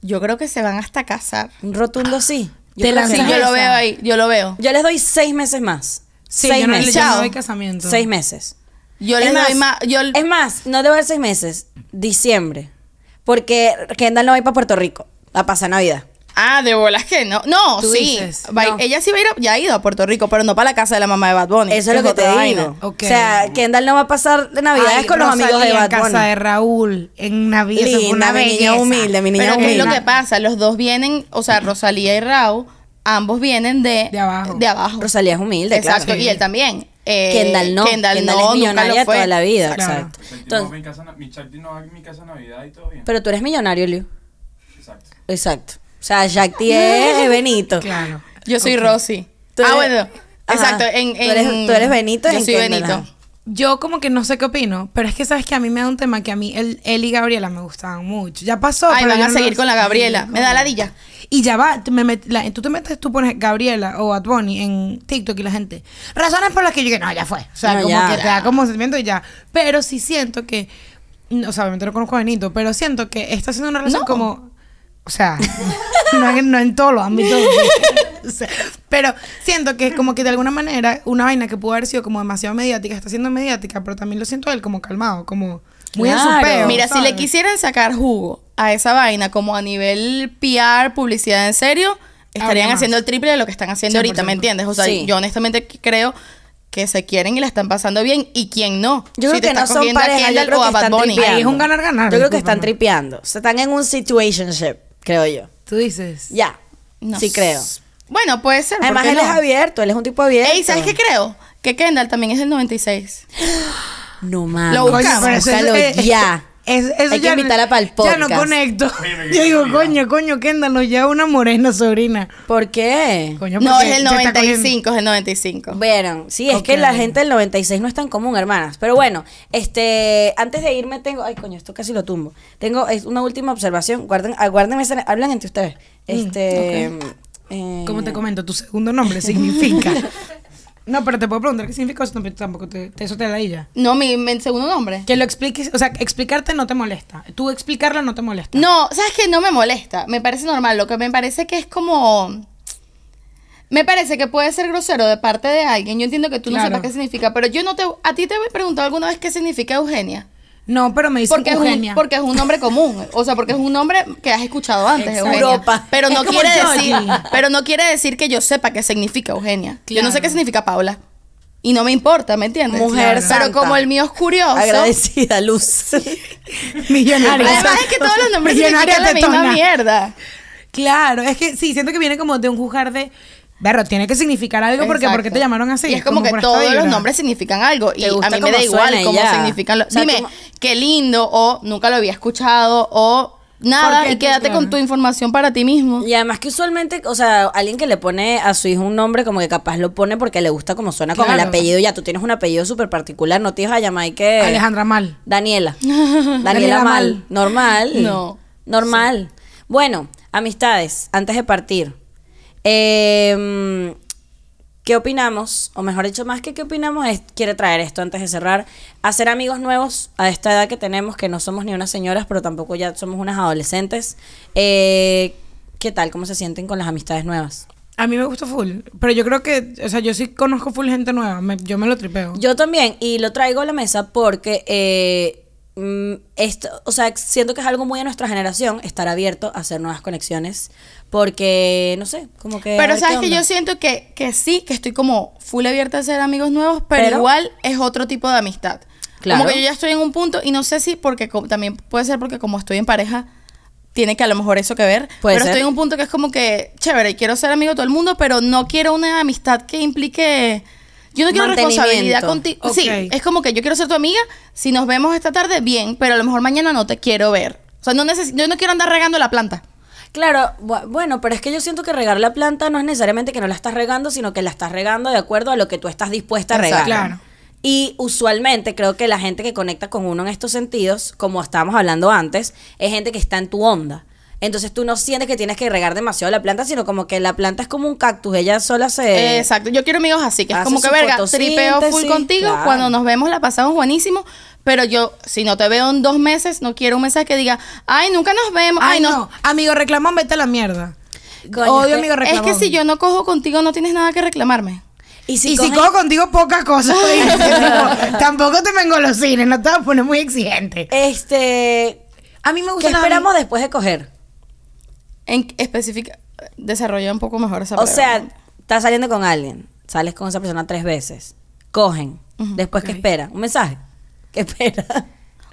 S3: Yo creo que se van hasta casar.
S1: Un rotundo sí. Yo,
S2: Te
S1: creo que
S3: Sí,
S2: lanzas
S1: no.
S3: yo lo
S2: esa.
S3: veo ahí, yo lo veo.
S1: Yo les doy seis meses más.
S2: Sí,
S1: seis
S2: yo no,
S1: meses.
S2: yo no
S3: Chao.
S2: doy casamiento.
S1: Seis meses.
S3: Yo
S1: Es
S3: les
S1: más,
S3: doy más. Yo,
S1: Es más, no debo dar seis meses. Diciembre. Porque Kendall no va a ir para Puerto Rico. La pasa Navidad.
S3: ah, de bolas que no. No,
S2: Tú
S3: sí.
S2: dices,
S3: Va-
S1: no.
S3: Ella sí va a ir, a- ya ha ido a Puerto Rico, pero no para la casa de la mamá de Bad Bunny.
S1: Eso es lo que te
S3: otra vaina.
S1: digo.
S2: Ok.
S1: O sea, Kendall no va a pasar de Navidades
S2: Ay,
S1: con los amigos de
S2: Rosalía en
S1: Bad Bunny.
S2: casa de Raúl, en Navidad. eso fue
S1: Linda,
S2: una
S1: mi niña
S2: belleza.
S1: humilde, mi niña
S3: Pero ¿qué es
S1: humilde.
S3: lo que pasa? Los dos vienen, o sea, Rosalía y Raúl, ambos vienen de...
S2: De abajo.
S3: De abajo.
S1: Rosalía es humilde,
S3: Exacto,
S1: claro.
S3: y él también. Eh,
S1: Kendall no. Kendall,
S3: Kendall no,
S1: es
S3: nunca
S1: millonaria
S3: lo fue.
S1: toda la vida.
S2: Claro.
S1: Exacto.
S4: Michelle Tino va a
S1: Entonces,
S4: mi casa na- Michelle Tino va a mi casa Navidad y todo bien.
S1: pero tú eres millonario, Liu.
S4: Exacto.
S1: Exacto. O sea, Jack T
S3: (laughs)
S1: es Benito.
S2: Claro.
S3: Yo soy
S2: Ok.
S3: Rosy.
S1: Tú
S3: ah,
S1: eres-
S3: bueno.
S1: Ajá.
S3: Exacto. En,
S1: Tú eres-
S3: en-
S1: tú eres Benito
S3: Yo
S1: en
S3: soy
S1: Kendall,
S3: Benito.
S1: ajá.
S2: Yo como que no sé qué opino, pero es que sabes que a mí me da un tema que a mí él, él y Gabriela me gustaban mucho. Ya pasó.
S3: Ay,
S2: pero
S3: van
S2: yo
S3: a
S2: no-
S3: seguir con la Gabriela. Me da ladilla.
S2: Y ya va, tú me met- la- tú te metes, tú pones Gabriela o Bad Bunny en TikTok y la gente. Razones por las que yo digo, no, ya fue. O sea,
S1: No,
S2: como
S1: ya.
S2: que te da como sentimiento y ya. Pero sí siento que, mm, o sea, obviamente no conozco a Benito, pero siento que está haciendo una relación
S3: No.
S2: como, o sea, (laughs) no, en- no en todos los ámbitos. (laughs) O sea, pero siento que como que de alguna manera una vaina que pudo haber sido como demasiado mediática está siendo mediática, pero también lo siento a él como calmado, como muy en
S1: Claro.
S2: su peo.
S3: Mira, si
S2: ¿sabes?
S3: le quisieran sacar jugo a esa vaina como a nivel PR, publicidad en serio,
S2: Habría
S3: estarían
S2: más.
S3: haciendo el triple de lo que están haciendo ahorita,
S2: 100%.
S3: ¿me entiendes? O sea,
S1: Sí.
S3: yo honestamente creo que se quieren y la están pasando bien y quién no.
S1: Yo creo
S3: Si te
S1: que no
S3: estás
S1: son
S3: cogiendo a
S1: pareja, yo
S3: Kendall
S1: creo
S3: o
S1: que
S3: a Bad
S1: están
S3: Bunny.
S1: tripeando.
S2: Ahí es un ganar-ganar,
S1: Yo creo que están
S2: discúlpame.
S1: tripeando. O sea, están en un situationship, creo yo.
S2: Tú dices.
S1: Ya.
S3: No
S1: Sí
S3: sé.
S1: creo.
S3: Bueno, puede ser. ¿por
S1: Además,
S3: qué
S1: él
S3: no?
S1: es abierto, él es un tipo abierto.
S3: Ey, ¿sabes qué creo? Que Kendall también es del 96.
S1: No mames.
S3: Lo
S2: Coño,
S3: buscamos,
S2: pero eso-
S1: búscalo
S2: eh,
S1: ya.
S2: Es, eso
S1: Hay que
S2: ya no-
S1: invitarla pa'l
S2: Ya no
S1: podcast.
S2: conecto. (laughs)
S4: Oye, me
S2: Yo
S4: quedé
S2: digo,
S4: con
S2: coño, coño, Kendall, nos lleva una morena sobrina.
S1: ¿Por qué?
S2: Coño,
S3: No,
S2: porque
S3: es del
S2: se está cogiendo-
S3: 95, es del 95.
S1: Bueno, sí, es
S2: Ok.
S1: que la gente del 96 no es tan común, hermanas. Pero bueno, este, antes de irme tengo, ay coño, esto casi lo tumbo. Tengo es una última observación. Guarden, aguárdenme, esa- hablan entre ustedes. Este, eh,
S2: Como Mm, te comento, tu segundo nombre
S3: (laughs)
S2: significa. no, pero te puedo preguntar qué significa eso, pero tampoco te, te- eso te da ella.
S3: No, mi, mi segundo nombre.
S2: Que lo expliques, o sea, explicarte no te molesta. Tú explicarlo no te molesta.
S3: No, ¿sabes qué? No me molesta. Me parece normal. Lo que me parece que es como. Me parece que puede ser grosero de parte de alguien. Yo entiendo que tú
S2: Claro.
S3: no sepas qué significa, pero yo no te. A ti te he preguntado alguna vez qué significa Eugenia.
S2: No, pero me dicen
S3: Porque es, un,
S2: Eugenia.
S3: porque es un nombre común. O sea, porque es un nombre que has escuchado antes,
S1: Exacto.
S3: Eugenia.
S1: Europa.
S3: Pero no
S2: Es como
S3: quiere
S2: Georgie.
S3: decir. Pero no quiere decir que yo sepa qué significa Eugenia. Yo no sé
S2: Claro.
S3: qué significa Paula. Y no me importa, ¿me entiendes?
S1: Mujer
S3: Pero
S1: santa.
S3: como el mío es curioso.
S1: agradecida luz.
S2: millonaria.
S3: Además es que todos los nombres significan la misma
S2: tetona.
S3: mierda.
S2: Claro, es que sí, siento que viene como de un juzgar de. Berro, tiene que significar algo porque
S3: Exacto.
S2: porque te llamaron así.
S3: Y es como,
S2: por
S3: que
S2: esta
S3: todos los
S2: vibra.
S3: nombres significan algo. Y
S1: Te gusta
S3: a mí me
S1: cómo
S3: da igual
S1: suena y
S3: cómo
S1: ya.
S3: significan los.
S1: O sea,
S3: Dime,
S1: como-
S3: qué lindo, o nunca lo había escuchado, o nada,
S2: Porque
S3: y
S2: tú,
S3: quédate
S2: claro.
S3: con tu información para ti
S1: (laughs)
S3: mismo.
S1: Y además que usualmente, o sea, alguien que le pone a su hijo un nombre, como que capaz lo pone porque le gusta como suena con el
S2: Claro.
S1: apellido. Ya tú tienes un apellido súper particular, no te ibas a llamar y
S2: Eh.
S1: que...
S2: Alejandra Mal.
S1: Daniela. Daniela
S2: Daniela
S1: Mal.
S2: Mal.
S1: Normal.
S3: No.
S1: Normal. Bueno, amistades, antes de partir. Eh, ¿Qué opinamos? O mejor dicho, más que qué opinamos, es, quiere traer esto antes de cerrar. Hacer amigos nuevos a esta edad que tenemos, que no somos ni unas señoras, pero tampoco ya somos unas adolescentes. Eh, ¿Qué tal? ¿Cómo se sienten con las amistades nuevas?
S2: A mí me gusta full, pero yo creo que, o sea, yo sí conozco full gente nueva, me- yo me lo tripeo.
S1: Yo también, y lo traigo a la mesa porque eh, mm, esto, o sea, siento que es algo muy de nuestra generación estar abierto a hacer nuevas conexiones, porque no sé, como que. a
S3: Pero
S1: ver
S3: sabes
S1: qué
S3: que
S1: onda.
S3: yo siento que, que sí, que estoy como full abierta a ser amigos nuevos, pero,
S1: Pero-
S3: igual es otro tipo de amistad.
S1: Claro.
S3: Como que yo ya estoy en un punto y no sé si porque co- también puede ser porque como estoy en pareja tiene que a lo mejor eso que ver,
S1: Puede
S3: pero
S1: ser.
S3: estoy en un punto que es como que chévere, quiero ser amigo de todo el mundo, pero no quiero una amistad que implique yo no quiero
S1: Mantenimiento.
S3: responsabilidad contigo. Sí,
S2: Ok.
S3: es como que yo quiero ser tu amiga, si nos vemos esta tarde bien, pero a lo mejor mañana no te quiero ver. O sea, no neces- yo no quiero andar regando la planta.
S1: Claro, bu- bueno, pero es que yo siento que regar la planta no es necesariamente que no la estás regando, sino que la estás regando de acuerdo a lo que tú estás dispuesta a regar.
S3: Exacto.
S2: Claro.
S1: Y usualmente creo que la gente que conecta con uno en estos sentidos, como estábamos hablando antes, es gente que está en tu onda. Entonces tú no sientes que tienes que regar demasiado la planta, sino como que la planta es como un cactus, ella sola se...
S3: Exacto, yo quiero amigos así, que es
S1: hace
S3: como que
S1: Eh, su
S3: verga,
S1: fotosíntesis,
S3: tripeo full contigo,
S1: claro.
S3: cuando nos vemos la pasamos buenísimo, pero yo, si no te veo en dos meses, no quiero un mensaje que diga, ay, nunca nos vemos,
S2: Ay, no. amigo reclamón, vete a la mierda.
S1: Coño,
S2: Odio
S1: es que-
S2: amigo
S3: Es
S2: reclamón.
S3: que si yo no cojo contigo, no tienes nada que reclamarme.
S1: Y
S2: Y si
S1: cogen-
S2: cojo contigo pocas cosas, (laughs) oye, no, tampoco te me engolosines, no te vas a poner muy exigente.
S3: Eh.
S1: Este...
S2: A mí me
S1: ¿Qué
S2: gusta
S1: esperamos después de coger?
S3: En específica, desarrolla un poco mejor esa
S1: O
S3: pregunta.
S1: sea, estás saliendo con alguien, sales con esa persona tres veces, cogen, después
S2: ok.
S1: ¿qué espera? ¿Un mensaje? ¿Qué
S2: (laughs)
S1: espera?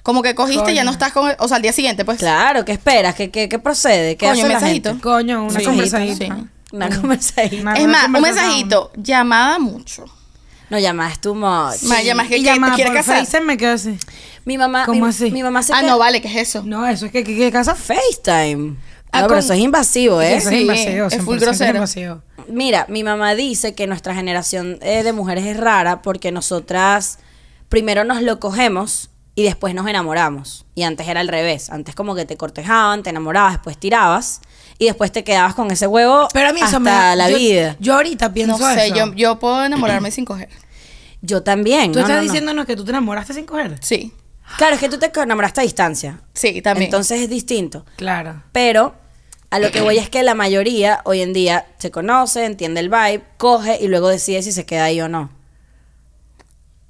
S3: como que cogiste y ya
S2: Coño.
S3: no estás con, o sea, al día siguiente, pues.
S1: Claro, ¿qué esperas? ¿Qué, qué, qué procede? ¿Qué
S3: Coño,
S1: hace la
S3: mensajito.
S1: gente?
S2: Coño, una
S3: Sí,
S2: conversadita.
S3: sí.
S1: Una conversación.
S2: Una-
S3: Es
S2: una
S3: más, un
S2: conversación.
S3: mensajito, llamada mucho.
S1: No llamas too much.
S3: Ma- llama, es que
S2: Y
S3: que-
S2: llamada
S3: te quiere
S2: por
S3: casar.
S2: FaceTime me quedo así.
S1: Mi mamá.
S2: ¿Cómo
S1: mi,
S2: así?
S1: mi mamá se
S3: Ah,
S1: queda-
S3: no, vale, ¿qué es eso?
S2: No, eso es que que que casar
S1: FaceTime.
S2: Ah,
S1: no, pero
S2: con-
S1: eso es invasivo, ¿eh?
S2: Eso
S3: Pues Sí,
S2: es invasivo,
S3: es full
S2: 100%
S3: grosero.
S2: invasivo.
S1: Mira, mi mamá dice que nuestra generación eh, de mujeres es rara porque nosotras primero nos lo cogemos y después nos enamoramos. Y antes era al revés. Antes como que te cortejaban, te enamorabas, después tirabas y después te quedabas con ese huevo
S2: Pero a mí eso me
S1: hasta
S2: da-
S1: la
S2: yo,
S1: vida.
S2: Yo ahorita
S3: No
S2: pienso
S3: sé,
S2: eso.
S3: yo, yo puedo enamorarme sin coger.
S1: Yo también.
S2: Tú
S1: no,
S2: estás
S1: no, no.
S2: diciéndonos que tú te enamoraste sin coger.
S3: Sí,
S1: Claro, es que tú te enamoraste a distancia.
S3: sí, también.
S1: Entonces es distinto.
S2: Claro.
S1: Pero a lo que voy es que la mayoría hoy en día se conoce, entiende el vibe, coge y luego decide si se queda ahí o no.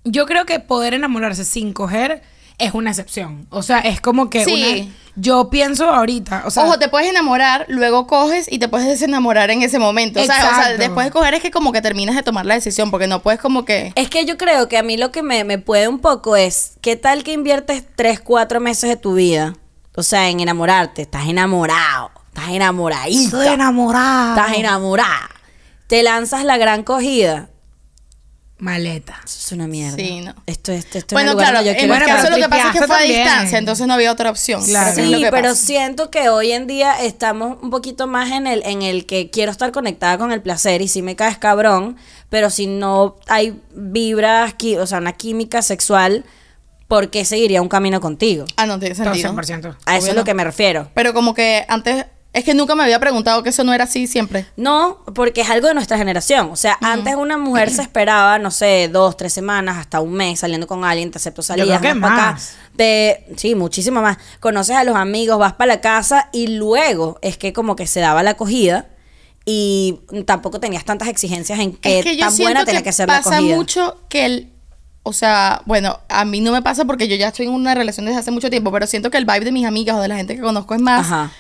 S2: Yo creo que poder enamorarse sin coger es una excepción. O sea, es como que
S3: Sí.
S2: una- yo pienso ahorita, o sea,
S3: Ojo, te puedes enamorar, luego coges y te puedes desenamorar en ese momento. O sea, o sea,
S2: Exacto.
S3: después de coger es que como que terminas de tomar la decisión, porque no puedes como que...
S1: Es que yo creo que a mí lo que me, me puede un poco es, ¿qué tal que inviertes 3, 4 meses de tu vida? O sea, en enamorarte, estás enamorado, estás enamoradito,
S2: estoy enamorada.
S1: estás enamorada. Te lanzas la gran cogida.
S2: Maleta.
S1: Eso es una mierda.
S3: Sí, no.
S1: Esto, esto, esto
S3: bueno,
S1: es el lugar
S3: claro,
S1: donde yo
S3: en
S1: quiero
S3: mi
S2: Bueno,
S1: estar.
S3: caso
S2: pero
S3: lo que pasa es que fue a
S2: tripeaste
S3: distancia,
S2: también.
S3: entonces no había otra opción.
S2: Claro.
S3: Eso es lo
S1: Sí,
S3: que
S1: pero
S3: pasa.
S1: siento que hoy en día estamos un poquito más en el, en el que quiero estar conectada con el placer y si me caes cabrón, pero si no hay vibras, qui- o sea, una química sexual, ¿por qué seguiría un camino contigo?
S3: Ah, no, tiene
S2: Todo
S3: sentido.
S2: 100%.
S1: A eso
S3: Obvio
S1: es lo
S3: no.
S1: que me refiero.
S3: Pero como que antes... Es que nunca me había preguntado que eso no era así siempre.
S1: No, porque es algo de nuestra generación. O sea, antes una mujer se esperaba, no sé, dos, tres semanas, hasta un mes saliendo con alguien, te acepto salidas,
S2: creo que
S1: vas pa'
S2: más.
S1: te- sí, muchísimo más. Conoces a los amigos, vas para la casa y luego es que como que se daba la acogida y tampoco tenías tantas exigencias en que,
S3: es que yo
S1: tan
S3: siento
S1: buena tenía
S3: que,
S1: que, ser la
S3: pasa
S1: acogida.
S3: mucho que el o sea, bueno, a mí no me pasa porque yo ya estoy en una relación desde hace mucho tiempo, pero siento que el vibe de mis amigas o de la gente que conozco es más
S1: Ajá.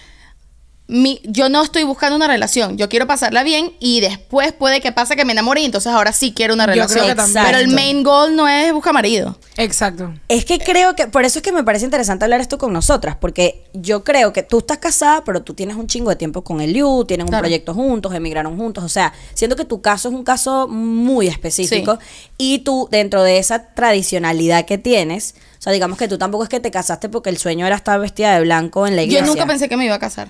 S3: mi- yo no estoy buscando una relación, yo quiero pasarla bien y después puede que pase que me enamore y entonces ahora sí quiero una
S2: Yo creo
S3: relación.
S2: que también.
S3: Pero el
S2: Exacto.
S3: main goal no es buscar marido.
S2: Exacto.
S1: Es que creo que, por eso es que me parece interesante hablar esto con nosotras, porque yo creo que tú estás casada, pero tú tienes un chingo de tiempo con el Liu, tienes un
S3: Claro.
S1: proyecto juntos, emigraron juntos, o sea, siento que tu caso es un caso muy específico y tú dentro de esa tradicionalidad que tienes, o sea, digamos que tú tampoco es que te casaste porque el sueño era estar vestida de blanco en la iglesia.
S3: Yo nunca pensé que me iba a casar.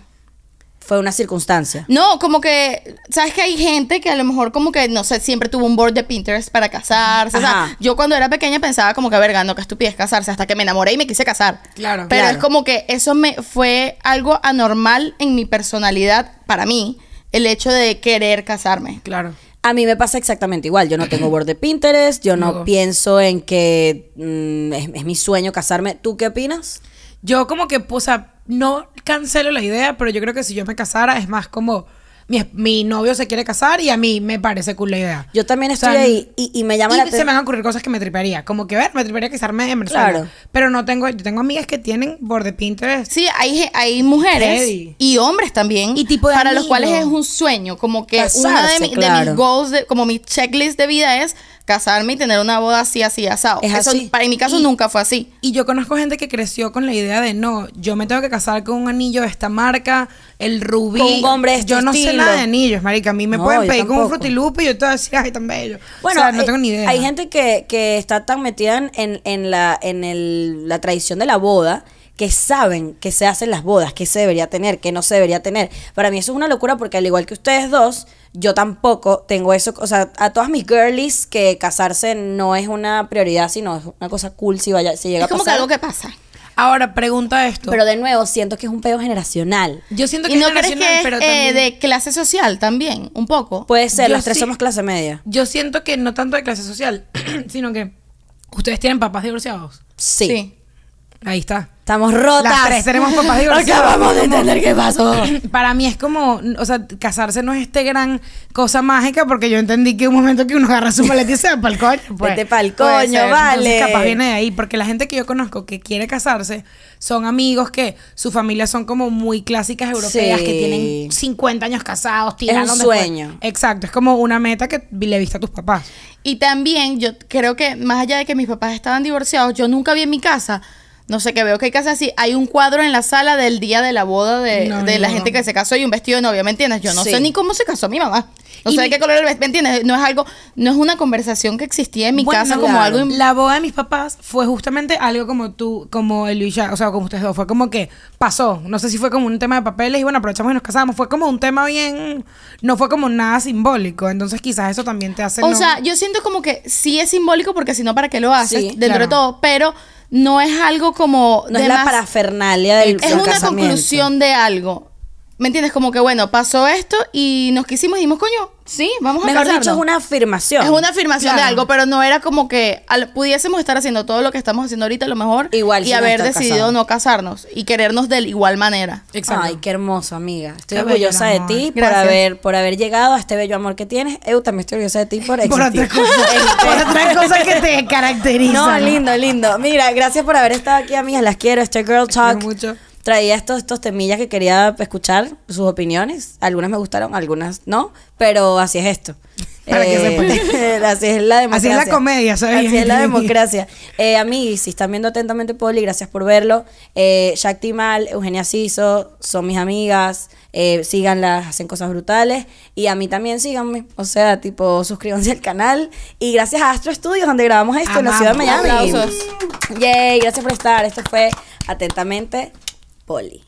S1: Fue una circunstancia.
S3: No, como que, ¿sabes que hay gente que a lo mejor como que, no sé, siempre tuvo un board de Pinterest para casarse? O sea,
S1: Ajá.
S3: yo cuando era pequeña pensaba como que, verga, no, que estupidez casarse, hasta que me enamoré y me quise casar.
S2: Claro.
S3: Pero
S1: Claro.
S3: es como que eso me fue algo anormal en mi personalidad para mí, el hecho de querer casarme.
S2: Claro.
S1: A mí me pasa exactamente igual. Yo no
S3: (coughs)
S1: tengo board de Pinterest, yo no,
S2: No.
S1: pienso en que mm, es- es mi sueño casarme. ¿Tú qué opinas?
S2: Yo como que, o sea, no cancelo la idea, pero yo creo que si yo me casara es más como mi, mi novio se quiere casar y a mí me parece cool la idea.
S1: Yo también
S2: O sea,
S1: estoy ahí y, y me llama la
S2: y se
S1: atención.
S2: me van a ocurrir cosas que me triparía. Como que ver, me triparía casarme en Venezuela.
S1: Claro.
S2: Pero no tengo, yo tengo amigas que tienen borde Pinterest.
S3: Sí, hay, ge- hay mujeres
S2: Heavy.
S3: y hombres también.
S2: Y tipo de
S3: Para los
S2: amigo.
S3: cuales es un sueño. Como que una de,
S1: Casarse,
S3: mi- de
S1: claro.
S3: mis goals, de- como mi checklist de vida es casarme y tener una boda así, así, asado.
S1: Es
S3: Eso,
S1: así.
S3: para en mi caso,
S2: Y-
S3: nunca fue así.
S2: Y yo conozco gente que creció con la idea de no, yo me tengo que casar con un anillo de esta marca, el rubí.
S1: Con un hombre de este
S2: Yo no sé
S1: estilo.
S2: nada de anillos, marica. A mí me
S1: No,
S2: pueden
S1: yo
S2: pedir con un
S1: tampoco.
S2: frutilupe y yo te voy a decir, ay, tan bello.
S1: Bueno,
S2: o sea, no
S1: eh,
S2: tengo ni idea.
S1: Hay gente que, que está tan metida en, en- en la, en el- la tradición de la boda que saben que se hacen las bodas, que se debería tener, que no se debería tener. Para mí eso es una locura porque al igual que ustedes dos, yo tampoco tengo eso. O sea, a todas mis girlies que casarse no es una prioridad, sino es una cosa cool si, vaya, si llega
S3: Es
S1: a
S3: como que
S1: pasar.
S3: algo que pasa.
S2: Ahora, pregunta esto.
S1: Pero de nuevo, siento que es un pedo generacional.
S2: yo siento que
S3: ¿Y no
S2: es
S3: crees
S2: generacional,
S3: que es
S2: pero
S3: eh,
S2: también...
S3: de clase social también? Un poco.
S1: Puede ser,
S2: Yo
S1: las tres
S2: sí-
S1: somos clase media.
S2: Yo siento que no tanto de clase social, (clears throat) sino que ustedes tienen papás divorciados.
S1: Sí.
S2: Ahí está.
S1: Estamos rotas.
S2: Las tres tenemos
S1: (laughs)
S2: papás divorciados.
S1: Acabamos de entender qué pasó.
S2: (clears throat) Para mí es como, o sea, casarse no es este gran cosa mágica porque yo entendí que un momento que uno agarra su maleta y se va pa'l coño. (laughs) Pues.
S1: Vete pa'l
S2: Puede
S1: coño,
S2: ser.
S1: vale.
S2: Entonces capaz viene de ahí porque la gente que yo conozco que quiere casarse son amigos que sus familias son como muy clásicas europeas
S1: Sí.
S2: que tienen 50 años casados, tiraron
S1: un
S2: después.
S1: sueño.
S2: Exacto, es como una meta que le viste a tus papás.
S3: Y también yo creo que más allá de que mis papás estaban divorciados, yo nunca vi en mi casa, no sé qué veo que hay casas así, hay un cuadro en la sala del día de la boda de,
S2: No,
S3: de la
S2: no.
S3: gente que se casó y un vestido de novia, ¿me entiendes? Yo no
S1: Sí.
S3: sé ni cómo se casó mi mamá. O O
S2: Y
S3: sea,
S2: mi-
S3: ¿qué color era el vestido? ¿Me entiendes? No es algo, no es una conversación que existía en mi
S2: Bueno,
S3: casa como
S1: claro.
S3: algo. im-
S2: La boda de mis papás fue justamente algo como tú, como el Luisa, o sea, como ustedes dos. Fue como que pasó. No sé si fue como un tema de papeles y bueno, aprovechamos y nos casamos. Fue como un tema bien. No fue como nada simbólico. Entonces, quizás eso también te hace.
S3: O
S2: no-
S3: sea, yo siento como que sí es simbólico porque si no, ¿para qué lo haces?
S1: Sí,
S3: dentro
S2: claro.
S3: de todo, pero no es algo como.
S1: No
S3: de
S1: es la
S3: más-
S1: parafernalia del
S3: Es
S1: del
S3: una
S1: casamiento.
S3: conclusión de algo. ¿Me entiendes? Como que bueno, pasó esto y nos quisimos y dijimos, coño, sí, vamos a
S1: Mejor
S3: casarnos.
S1: dicho, es una afirmación.
S3: Es una afirmación de
S2: Claro.
S3: algo, pero no era como que al- pudiésemos estar haciendo todo lo que estamos haciendo ahorita, a lo mejor,
S1: Igual
S3: y
S1: sin
S3: haber
S1: estar
S3: decidido
S1: casados.
S3: no casarnos y querernos de igual manera.
S2: Exacto.
S1: Ay, qué hermoso, amiga. Estoy
S2: Qué bello
S1: orgullosa de
S2: el amor.
S1: ti por
S3: Gracias.
S1: haber, por haber llegado a este bello amor que tienes. Eu también estoy orgullosa de ti por
S2: (laughs) Por
S1: existir. Este,
S2: otra
S1: (laughs)
S2: cosa. por otra cosa que te
S1: No,
S2: caracteriza.
S1: lindo, lindo. Mira, gracias por haber estado aquí, amigas. Las quiero. Este Girl
S2: quiero
S1: Talk.
S2: mucho.
S1: Traía estos, estos temillas que quería escuchar, sus opiniones. Algunas me gustaron, algunas no. Pero así es esto.
S2: (laughs)
S1: Eh,
S2: Para que
S1: (laughs) así es la democracia.
S2: Así es la comedia, ¿sabes?
S1: Así es la (laughs)
S2: (laughs)
S1: democracia. Eh, a mí, si están viendo atentamente Poli, gracias por verlo. Eh, Jack Timal, Eugenia Ciso, son mis amigas. Eh, síganlas, hacen cosas brutales. Y a mí también síganme. O sea, tipo, suscríbanse al canal. Y gracias a Astro Studios, donde grabamos esto en la ciudad de
S2: Amamos.
S1: Miami.
S3: Aplausos.
S1: Yay, gracias por estar. Esto fue Atentamente Poli.